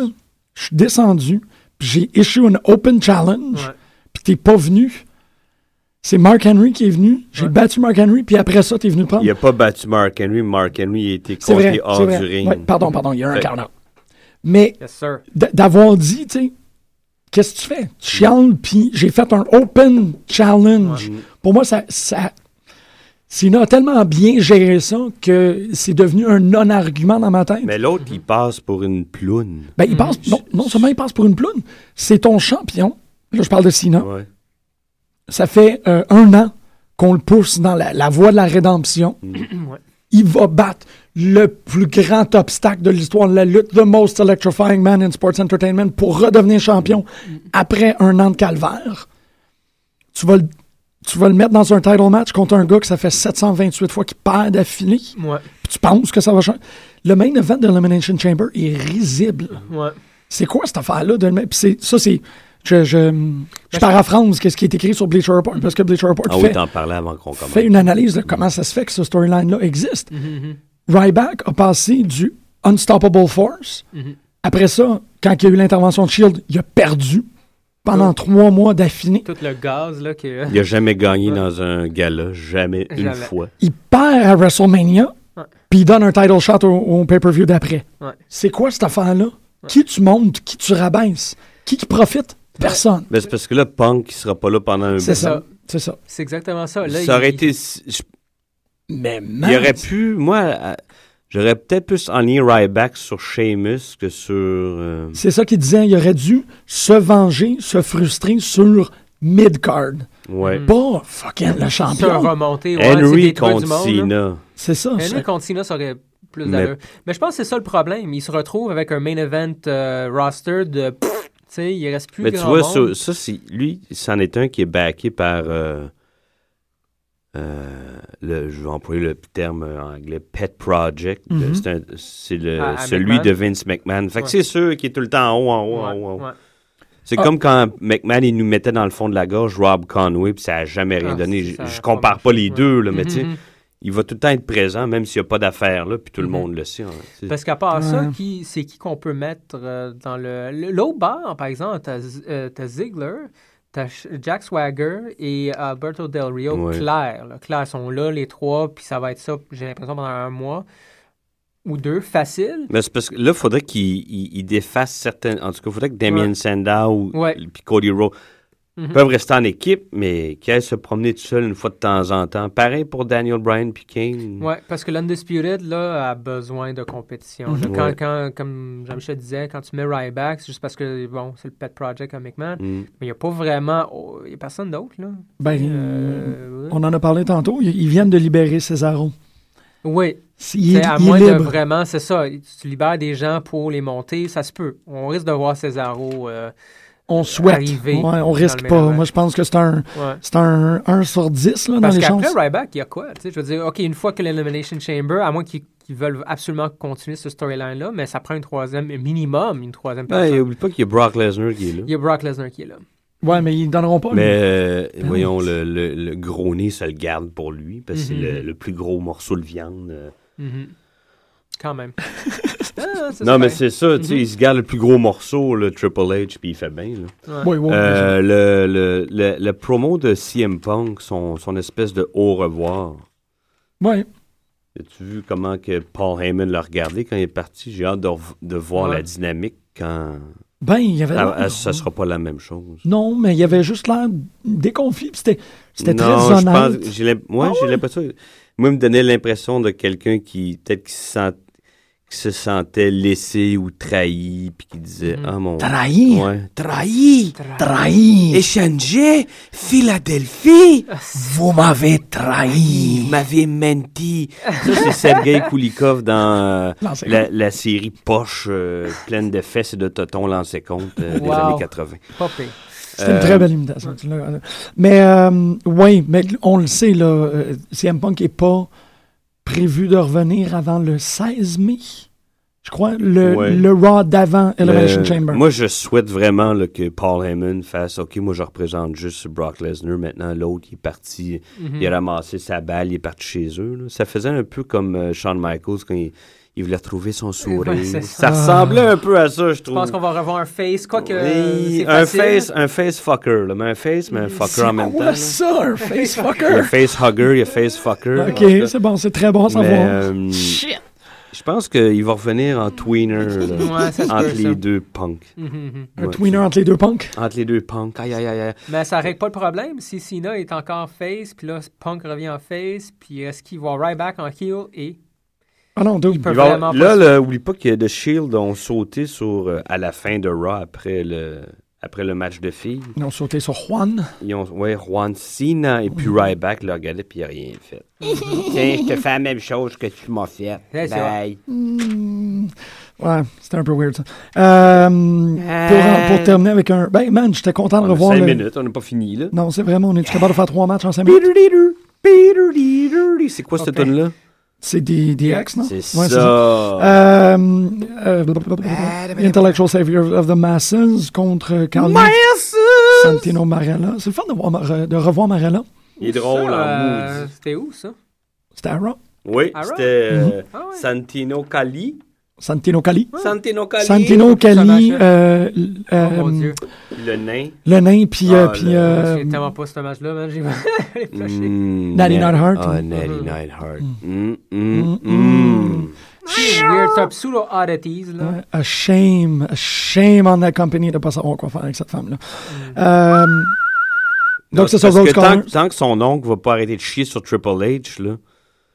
D: je suis descendu, puis j'ai issu une open challenge, puis t'es pas venu. C'est Mark Henry qui est venu. J'ai battu Mark Henry, puis après ça, t'es venu prendre.
F: Il n'a pas battu Mark Henry. Mark Henry a été
D: C'est vrai,
F: compté
D: c'est
F: hors
D: vrai.
F: du ring.
D: Ouais, pardon, pardon, il y a un
F: Fait-
D: count-out. Mais
E: Yes, sir.
D: d- d'avoir dit, tu sais, qu'est-ce que tu fais? Tu chiales, puis j'ai fait un open challenge. Pour moi, ça, ça, Sina a tellement bien géré ça que c'est devenu un non-argument dans ma tête.
F: Mais hmm. l'autre, il passe pour une ploune.
D: Ben, il passe, non, non seulement il passe pour une ploune, c'est ton champion. Là, je parle de Sina.
F: Ouais.
D: Ça fait euh, un an qu'on le pousse dans la, la voie de la rédemption. Il va battre le plus grand obstacle de l'histoire de la lutte, the most electrifying man in sports entertainment, pour redevenir champion après un an de calvaire. Tu vas, le- tu vas le mettre dans un title match contre un gars que ça fait 728 fois qu'il perd d'affilée.
E: Ouais.
D: Puis tu penses que ça va changer. Le main event de l'Elimination Chamber est risible.
E: Ouais.
D: C'est quoi cette affaire-là? De... Puis c'est- ça, c'est. Je, je, je paraphrase ce qui est écrit sur Bleacher Report, parce que Bleacher Report
F: Ah
D: fait,
F: oui, t'en parlais avant qu'on commence.
D: fait une analyse de comment ça se fait que ce storyline-là existe.
E: Mm-hmm,
D: Ryback a passé du Unstoppable Force.
E: Mm-hmm.
D: Après ça, quand il y a eu l'intervention de Shield, E il a perdu pendant trois mois d'affiné.
E: Oh. Tout le gaz, là, qui est-
F: Il a jamais gagné dans un gala, jamais, une
E: Jamais.
F: fois.
D: Il perd à WrestleMania,
E: Ouais.
D: puis il donne un title shot au, au pay-per-view d'après.
E: Ouais.
D: C'est quoi cette affaire-là? Qui tu montes? Qui tu rabaisses? Qui qui profite?
E: Euh,
D: Personne.
F: Mais c'est parce que là, Punk, il sera pas là pendant un
D: C'est
F: bout.
D: ça. C'est ça.
E: C'est exactement ça. Là,
F: Ça aurait
E: il-
F: été. je-
D: Mais
F: Il aurait pu. Moi, euh, j'aurais peut-être plus enligné Ryback sur Sheamus que sur. euh,
D: C'est ça qu'il disait. Il aurait dû se venger, se frustrer sur mid-card.
F: ouais.
D: Pas fucking le
E: C'est un
D: champion.
E: remonté. Ouais, c'est
F: Henry
E: détruit du
F: contre
E: monde. là.
F: Cena.
D: C'est ça.
E: Henry
D: c'est-
E: contre Cena, ça aurait plus
F: Mais-
E: d'allure. Mais... je pense que c'est ça le problème. Il se retrouve avec un main event euh, roster de. pff, Tu sais, il reste plus
F: Mais tu
E: grand
F: vois,
E: monde.
F: ça, ça, c'est, lui, c'en est un qui est backé par. euh, euh, le, je vais employer le terme euh, en anglais, Pet Project.
E: Mm-hmm.
D: Mhm.
F: C'est, un- c'est le,
E: Ah, À- à
F: celui
E: McMahon.
F: de Vince McMahon. Fait que
E: Ouais.
F: c'est sûr qu'il est tout le temps en haut, en haut,
E: Ouais,
F: en haut. en haut.
E: ouais.
F: C'est
D: Ah.
F: comme quand McMahon, il nous mettait dans le fond de la gorge Rob Conway, puis ça n'a jamais rien
E: Ah,
F: donné.
E: c'est
F: Je,
E: ça,
F: je
E: pas
F: compare
E: marché,
F: pas les
E: ouais.
F: deux, là, mais tu sais,
E: Mhm.
F: il va tout le temps être présent, même s'il n'y a pas d'affaires, là, puis tout le
E: Mhm.
F: monde le sait. hein, tu sais.
E: Parce qu'à part ça,
D: Ouais.
E: qui, c'est qui qu'on peut mettre euh, dans le. le- L'autre bar, par exemple, t'as Z- euh, t'as Ziggler, t'as Sh- Jack Swagger et Alberto Del Rio.
F: Ouais.
E: Claire, là. Claire sont là, les trois, puis ça va être ça, j'ai l'impression, pendant un mois ou deux, facile.
F: Mais c'est parce que là, il faudrait qu'il il- il défasse certaines. En tout cas, il faudrait que Damien
E: Ouais.
F: Sandow ou
E: Ouais.
F: puis Cody Rowe
E: Mhm.
F: peuvent rester en équipe, mais qu'elle se promener tout seul une fois de temps en temps. Pareil pour Daniel Bryan puis
D: Mm.
F: Kane.
E: Ouais, parce que l'Undisputed, là, a besoin de compétition. là.
D: Mm-hmm.
F: Mhm.
E: Quand,
F: Ouais.
E: quand, comme Jean-Michel disait, quand tu mets Ryback, c'est juste parce que, bon, c'est le pet project à McMahon,
F: Mhm.
E: mais il n'y a pas vraiment... oh, Il n'y a personne d'autre, là.
D: Ben,
E: Euh,
D: on en a parlé tantôt. Ils ils viennent de libérer Césaro.
E: Oui,
D: Il, est-
E: T'sais, à
D: il est
E: moins de
D: libre.
E: vraiment, c'est ça, tu libères des gens pour les monter, ça se peut. On risque de voir Cesaro. euh,
D: On souhaite.
E: arriver
D: Ouais,
E: dans
D: on
E: le
D: risque
E: main
D: pas.
E: event.
D: Moi, je pense que c'est un,
E: ouais.
D: c'est un 1 sur 10 là, dans
E: Parce
D: les chances.
E: qu'après Ryback, il y a quoi? tu sais, Je veux dire, OK, une fois que l'Elimination Chamber, à moins qu'ils qu'ils veulent absolument continuer ce storyline-là, mais ça prend une troisième, minimum une troisième
F: Ben,
E: personne.
F: et oublie pas qu'il y a Brock Lesnar qui est là.
E: Il y a Ben Brock Lesnar qui est là.
D: Ouais, mais ils donneront pas.
F: Mais euh, voyons, le, le- le gros nez, ça le garde pour lui, parce que
E: Mhm.
F: c'est le, le plus gros morceau de viande. euh.
E: Mhm. Quand même. Ah, c'est Mm-hmm.
F: Non, mais
E: super.
F: c'est ça, tu sais, il se garde le plus gros morceau, le Triple H, puis il fait bien. là.
E: Ouais.
D: Oui, oui,
F: Euh, le, le, le- le promo de CM Punk, son, son espèce de au revoir.
D: oui. Ouais.
F: As-tu vu comment que Paul Heyman l'a regardé quand il est parti? J'ai hâte de, rev- de voir
E: Ouais.
F: la dynamique quand.
D: Ben, il y avait.
F: Ah, ah, ça sera pas la même chose.
D: Non, mais il y avait juste l'air déconfit. puis C'était, c'était très
F: non, je pense.
D: honnête.
F: j'ai l'im- Moi,
D: Ah
F: j'ai l'impression. Moi, il me donnait l'impression de quelqu'un qui, peut-être, qui se, sent- qui se sentait laissé ou trahi, puis qui disait
E: Mm.
F: Ah mon.
D: Mm-hmm. Trahi.
F: Ouais.
G: Trahi.
D: Trahi.
G: Échangé. Philadelphie.
D: Vous m'avez trahi.
G: Vous m'avez menti.
F: Mm. Ça, c'est Sergei Koulikov dans euh,
D: Non, c'est-
F: la, la série Poche, euh, pleine de fesses et de totons lancés compte euh, des
E: Wow.
F: années Euh, 80.
E: Pas pire.
D: C'était une très belle imitation. tu l'as- Mais euh, oui, mais on le sait, là, euh, CM Punk n'est pas prévu de revenir avant le 16 mai. Je crois, le,
F: Ouais.
D: le Raw d'avant Elevation
F: Euh,
D: Chamber.
F: Moi, je souhaite vraiment là, que Paul Heyman fasse OK, moi, je représente juste Brock Lesnar. Maintenant, l'autre, il est parti, il a ramassé sa balle, il est parti chez eux. là. Ça faisait un peu comme euh, Shawn Michaels quand il, il voulait retrouver son sourire.
E: Ouais, c'est
F: ça.
E: ça.
F: ressemblait un peu à ça, je
E: Je
F: trouve.
E: pense qu'on va revoir un face, quoi que
F: Oui,
E: c'est
F: un,
E: facile.
F: face, un face fucker, là, mais un face, mais un fucker en même temps.
D: Ouais,
F: là.
D: ça, un face
F: Il y a
D: fucker.
F: face hugger, il y a face fucker.
D: ok, c'est bon, c'est très bon à
F: Mais,
D: savoir.
F: euh, Je pense qu'il va revenir en tweener, là,
E: Ouais, ça se
F: entre
E: peut,
F: les
E: ça.
F: deux punks.
E: Mhm, mhm.
D: Un tweener entre les deux punks?
F: Entre les deux punks. Aïe, aïe, aïe, aïe.
E: Mais ça règle pas le problème si Cena est encore face, puis là, Punk revient en face, puis est-ce qu'il va right back en heel et.
D: Ah non, dude.
E: peut
F: Il va-
E: vraiment pas
F: là,
E: se-
F: là, oublie pas que The Shield ont sauté sur, euh, à la fin de Raw après le, après le match de filles.
D: Ils ont sauté sur Juan.
F: Ils ont, ouais, Juan Cena et puis Ryback le regardaient puis il a rien fait. Tiens, je te fais la même chose que tu m'as fait.
E: Ouais, c'est
F: Bye.
D: Hmm. Ouais, c'était un peu weird ça. Euh, pour, pour terminer avec un. Ben, man, j'étais content de
F: On a
D: revoir.
F: cinq
D: le-
F: minutes, on n'a pas fini, là.
D: Non, c'est vraiment, on est capable de faire trois matchs en cinq minutes.
F: C'est quoi cette
E: Ok.
F: tonne là
D: C'est des, des ex, non?
F: C'est
D: Ouais,
F: ça.
D: Euh, euh, blablabla. Intellectual Savior of the Masses contre Carmen Santino Marella. C'est le fun de, voir Mar- de revoir Marella.
F: Il est drôle en
E: Euh,
F: mood.
E: C'était où ça?
D: C'était à Raw.
F: Oui,
E: Ah,
F: c'était euh,
E: Ah ouais.
F: Santino Cali.
D: Santino Cali.
F: Santino Cali.
D: Santino Cali,
E: personnage,
D: euh, l-
E: Oh mon
D: euh,
E: dieu.
F: Le nain.
D: le nain, puis. euh,
F: Ah,
D: puis,
F: le-
D: euh,
E: J'ai tellement pas ce match-là, man. J'ai j'ai flashé.
F: Mm,
D: Natty
F: na-
D: Neidhart.
F: Ah,
E: Mhm.
F: Natty Neidhart. Mm, mm, mm.
E: C'est weird. C'est un pseudo-oddities, là.
D: Ouais, a shame, a shame on that company de ne pas savoir quoi faire avec cette femme-là. Euh,
F: Non,
D: donc, c'est ça,
F: parce
D: Rose
F: que tant,
D: Connor.
F: que- tant que son oncle va pas arrêter de chier sur Triple H, là,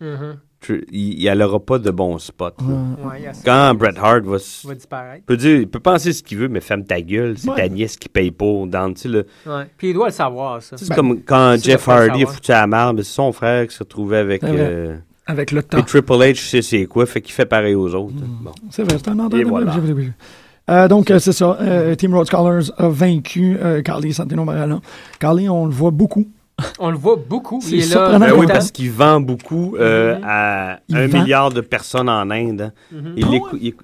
E: Mhm.
F: tri- il il aura pas de bon spot. là.
E: Ouais, il y a ça.
F: Quand Bret Hart va, s-
E: Ça va disparaître.
F: peut dire, il peut penser ce qu'il veut, mais ferme ta gueule, c'est ta nièce qui paye pour. Dans, tu sais, là,
E: Ouais. Puis il doit le savoir, ça.
F: c'est comme quand
E: ça,
F: Jeff
E: faut le
F: Hardy a
E: savoir.
F: foutu à la merde, mais c'est son frère qui se retrouvait avec.
D: C'est vrai.
F: euh,
D: Avec le
F: puis
D: temps.
F: Triple H sait c'est quoi, fait qu'il fait pareil aux autres. Bon.
D: C'est vrai, c'est un endroit
F: Et
D: de-
F: voilà.
D: Euh, donc, euh, c'est ça. euh, Team Road Scholars a vaincu euh, Carly Santino Marella. Carly, on le voit beaucoup.
E: On le voit beaucoup.
D: C'est
E: Il est là.
D: surprenant
F: Ben
E: tout
F: oui,
E: le
F: parce
E: temps.
F: qu'il vend beaucoup euh,
E: Mm-hmm.
F: à
D: Il
F: un
D: vend.
F: milliard de personnes en Inde. hein. Il écou- il écou-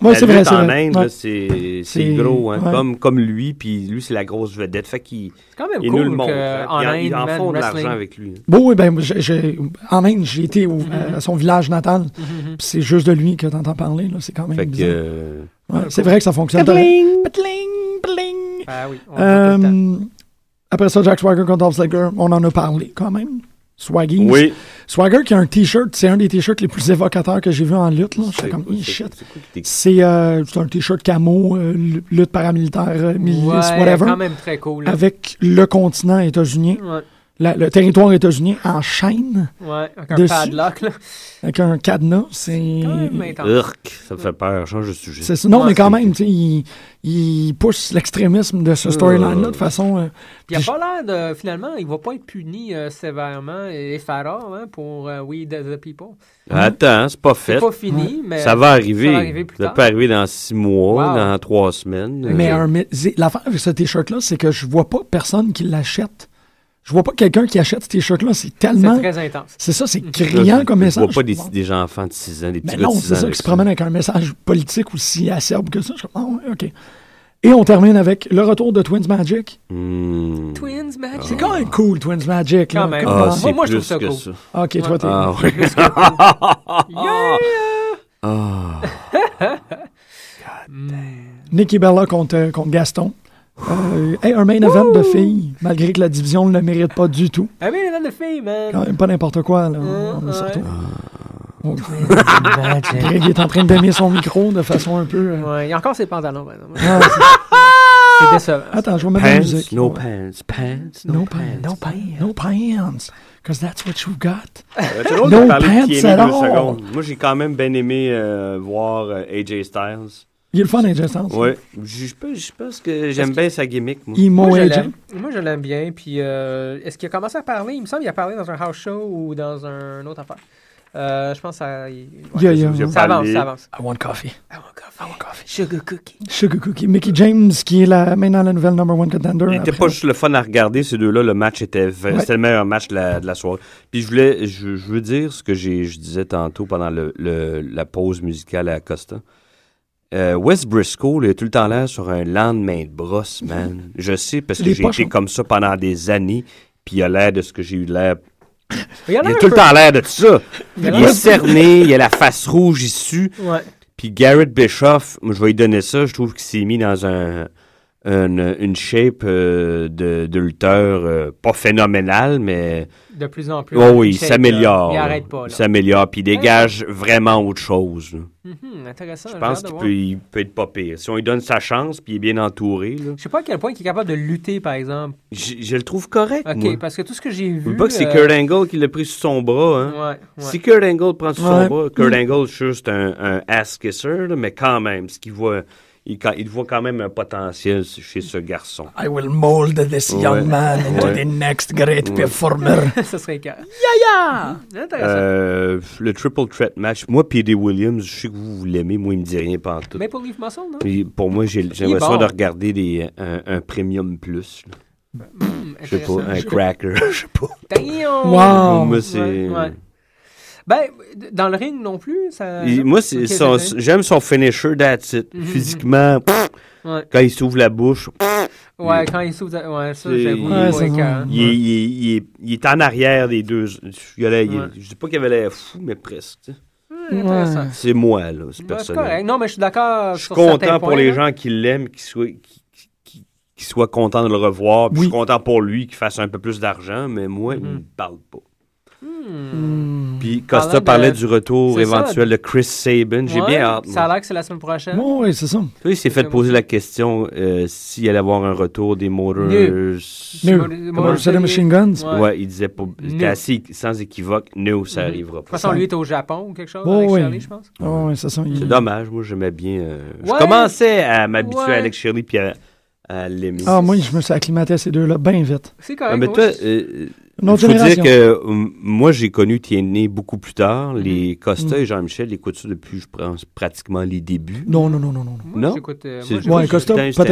D: Ouais,
F: la
D: c'est vrai,
F: lutte
D: c'est
F: en
D: vrai.
F: Inde,
D: Ouais.
F: là, c'est
D: C'est-
F: c'est gros, hein,
D: ouais.
F: comme, comme lui, puis lui, c'est la grosse vedette. Fait qu'il
E: C'est quand même
F: il nous le
E: cool
F: montre. hein.
E: qu'en
F: Puis en-
E: Inde,
F: ils en
E: man,
F: font de
E: wrestling.
F: l'argent avec lui. hein.
D: Bon, oui, ben, j'ai- j'ai- en Inde, j'ai été au-
F: Mm-hmm.
D: euh, à son village natal. puis C'est juste de lui que t'entends parler. là, C'est quand même
F: Fait que,
D: bizarre.
F: euh,
D: Ouais, c'est vrai que ça fonctionne. Patling, patling.
E: Ah oui, on le voit tout le temps.
D: Euh, après ça, Jack Swagger contre Dolph Ziggler, on en a parlé quand même. Swaggy.
F: oui.
D: Swagger qui a un t-shirt, c'est un des t-shirts les plus évocateurs que j'ai vu en lutte. Là. J'étais comme,
F: quoi,
D: Hi, shit.
F: c'est quoi qui t'écrit?
D: C'est, euh, c'est un t-shirt camo, euh, l- lutte paramilitaire, euh, milice,
E: Ouais,
D: whatever,
E: quand même très cool. là.
D: avec le continent états-unien,
E: Ouais,
D: la- le territoire états-unien en chaîne,
E: ouais, avec un
D: Dessus.
E: padlock, là.
D: avec un cadenas. C'est,
E: Quand même intense.
F: Urk, ça me fait peur, change de sujet.
D: c'est ça. Non,
E: Ouais,
D: mais quand
F: c'est-
D: même, tu sais, il, il pousse l'extrémisme de
E: Euh,
D: ce storyline-là de façon. euh,
E: Puis il a pas l'air de. Finalement, il va pas être puni euh, sévèrement et pharaon hein, pour euh, We the People.
F: Hein? Attends, c'est pas fait.
E: C'est pas fini, mais.
F: ça va arriver.
E: ça va arriver plus
F: Ça
E: tard.
F: peut arriver dans six mois,
E: Wow.
F: dans trois semaines.
D: Mais
F: Euh,
D: un mi- c'est- l'affaire avec ce t-shirt-là, c'est que je vois pas personne qui l'achète. Je vois pas quelqu'un qui achète ce t-shirt-là. C'est
E: C'est
D: tellement.
E: très intense.
D: C'est ça, c'est
F: là,
D: criant
F: tu-
D: comme
F: tu
D: message.
F: vois pas des,
D: Bon.
F: des gens enfants de 6 ans, des
D: Mais
F: petits gars de
D: non,
F: 6
D: c'est
F: ans.
D: ça, qui
F: avec
D: se promène avec un message politique aussi acerbe que ça. Je suis comme, ah ouais, OK. Et on termine avec le retour de Twins Magic.
F: Hmm.
E: Twins match.
D: C'est quand même cool, Twins Magic. là.
E: Quand même.
F: Ah,
E: Moi,
F: c'est
E: moi, je
F: plus
E: trouve ça
F: que
E: cool.
F: ça.
D: OK, toi, t'es.
F: Ah, oui.
E: Yeah!
F: Ah.
D: Nikki Bella contre, contre Gaston. Euh, hey, un main event de filles, malgré que la division ne le mérite pas du tout.
E: I mean, another fille, man.
D: Quand même pas n'importe quoi, là.
E: Euh,
D: on est sorti.
E: ouais.
D: On-
E: Magic.
D: Greg Eh, est en train d'aimer son micro de façon un peu. euh,
E: Ouais, il y a encore ses pantalons, par exemple.
D: ah, c'est-
E: C'est décevant.
D: Attends, je vais mettre la
F: Pants,
D: musique.
F: no
D: Ouais.
F: pants, pants,
D: No
F: no
D: pants.
F: pants.
D: No pants. No pants. Because that's what you got.
F: Euh, C'est drôle
D: No
F: de parler
D: pants
F: de Kiemi deux
D: at all.
F: secondes. Moi, j'ai quand même bien aimé euh, voir euh, AJ Styles.
D: Il est le fun, hein, AJ Styles.
F: Ouais. Je je pense, je pense que j'aime bien sa gimmick, moi.
D: Emo
E: Moi, je
D: AJ.
E: l'aime. Moi, je l'aime bien. Puis, euh, est-ce qu'il a commencé à parler Il me semble qu'il a parlé dans un house show ou dans un autre affaire. Euh, je pense que ça. il- ouais.
D: Yeah, yeah.
F: Vous avez
E: Ça avance,
F: parlé.
E: ça avance.
D: I want coffee.
E: I want coffee. I want coffee. Sugar cookie.
D: Sugar Cookie. Mickey James, qui est la, maintenant la nouvelle number one contender.
F: Il était
D: après-
F: pas juste le fun à regarder, ces deux-là. Le match était, vrai-
D: Ouais.
F: c'était le meilleur match de la, de la soirée. Puis je voulais, je, je veux dire ce que j'ai, je disais tantôt pendant le, le- la pause musicale à Costa. Euh, Wes Briscoe, il a tout le temps l'air sur un lendemain de brosse, man. Je sais parce
D: Les
F: que j'ai
D: poches,
F: été
D: hein.
F: comme ça pendant des années. Puis il a l'air de ce que j'ai eu l'air.
E: Il y en a
F: Il a
E: un
F: tout le
E: peu-
F: temps l'air de ça.
E: Il y en a
F: Il est
E: un-
F: cerné, il a la face rouge issue.
E: Ouais.
F: Puis Garrett Bischoff, moi, je vais lui donner ça. Je trouve qu'il s'est mis dans un, une, une shape euh, de, de lutteur euh, pas phénoménale, mais.
E: De plus en plus,
F: Oh oui,
E: une
F: il
E: shape,
F: s'améliore.
E: là. Il
F: là.
E: arrête pas, là.
F: Il s'améliore, puis il
E: Ouais.
F: dégage vraiment autre chose. là.
E: Mhm, intéressant.
F: Je pense qu'il peut, il peut être pas pire. Si on lui donne sa chance, puis il est bien entouré, là,
E: Je sais pas à quel point il est capable de lutter, par exemple.
F: je, je le trouve correct.
E: OK,
F: moi.
E: parce que tout ce que j'ai vu...
F: Oublie pas que c'est
E: euh,
F: Kurt Angle qui l'a pris sous son bras. Hein.
E: Ouais, ouais.
F: Si Kurt Angle prend sous
E: Ouais.
F: son bras, Kurt
E: Mm.
F: Angle, je suis juste un, un ass kisser, là, mais quand même, ce qu'il voit, il, quand- il voit quand même un potentiel chez ce garçon.
D: I will mold this
F: Ouais.
D: young man into
F: Ouais.
D: the next great
F: Ouais.
D: performer.
E: ça serait écœurant. Hmm,
K: Yaya!
E: Intéressant.
F: Euh, le triple threat match, moi, P.D. Williams, je sais que vous, vous l'aimez, moi, il me dit rien pendant tout.
E: Maple Leaf Muscle, non?
F: pour moi, j'ai j'ai l'impression
E: bon.
F: de regarder des, un, un premium plus. là. Je sais pas, un
E: Hmm, intéressant.
F: cracker, je sais pas.
E: Damn!
F: Pour Moi, c'est.
E: Ouais, ouais. Ben, d- dans le ring non plus, ça...
F: Il- moi, c'est
E: Ok,
F: son-
E: j'avais-
F: j'aime son finisher, that's it.
E: Mhm,
F: Physiquement, pff,
E: Ouais.
F: quand il s'ouvre la bouche, pff,
E: Ouais, quand il s'ouvre... Ouais, ça,
F: c'est-
E: j'avoue, il est pas écœurant.
F: il, est- il est- il est- il est en arrière des deux. Il a l'air- il-
E: Ouais.
F: Je dis pas qu'il avait l'air fou, mais presque. tu sais.
E: Ouais, intéressant.
F: C'est moi, là, ce
E: Ouais, c'est
F: personnage.
E: correct. Non, mais je suis d'accord
F: Je suis
E: sur
F: content
E: certains
F: pour
E: points,
F: les
E: là.
F: gens qui l'aiment, qui soient, qui, qui- qui soient contents de le revoir. puis Je suis content pour lui qu'il fasse un peu plus d'argent, mais moi,
E: Mm-hmm.
F: il me parle pas. Puis Costa
E: Hmm. Parlant de-
F: parlait du retour
E: c'est ça.
F: éventuel de Chris Sabin. J'ai
E: Ouais,
F: bien hâte.
E: Ça
F: moi.
E: a l'air que c'est la semaine prochaine.
D: Oui, Oh, c'est ça.
F: Tu sais, il s'est fait poser la question euh, s'il allait avoir un retour des Motors.
D: No. No. Comme on disait, les machine guns.
F: Ouais,
D: Ouais.
F: il disait pas. C'était
D: No.
F: assez sans équivoque. No, ça
E: Mhm.
F: arrivera
E: De toute
F: pas.
E: façon, lui est au Japon ou quelque chose,
D: Oh,
E: avec
D: oui.
E: Shirley, je pense.
D: Ah ouais, ça sent-
F: C'est
D: il-
F: dommage. Moi, j'aimais bien. euh, Je
E: Ouais.
F: commençais à m'habituer
E: Ouais.
F: à Alex Shirley puis à, à l'aimer.
D: Ah, moi, je me suis acclimaté à ces deux-là bien vite.
E: C'est
F: Ah, mais toi, euh,
D: Une autre
F: faut dire
D: génération.
F: que euh, moi, j'ai connu Tienné beaucoup plus tard.
E: Mm-hmm.
F: Les Costa
D: Mm-hmm.
F: et Jean-Michel, les ça depuis, je pense, pratiquement les débuts.
D: Non, non, non, non, non.
F: non?
E: j'écoute, euh, moi,
F: C'est-
D: j'écoute- Ouais, Costa,
F: Putain, c'était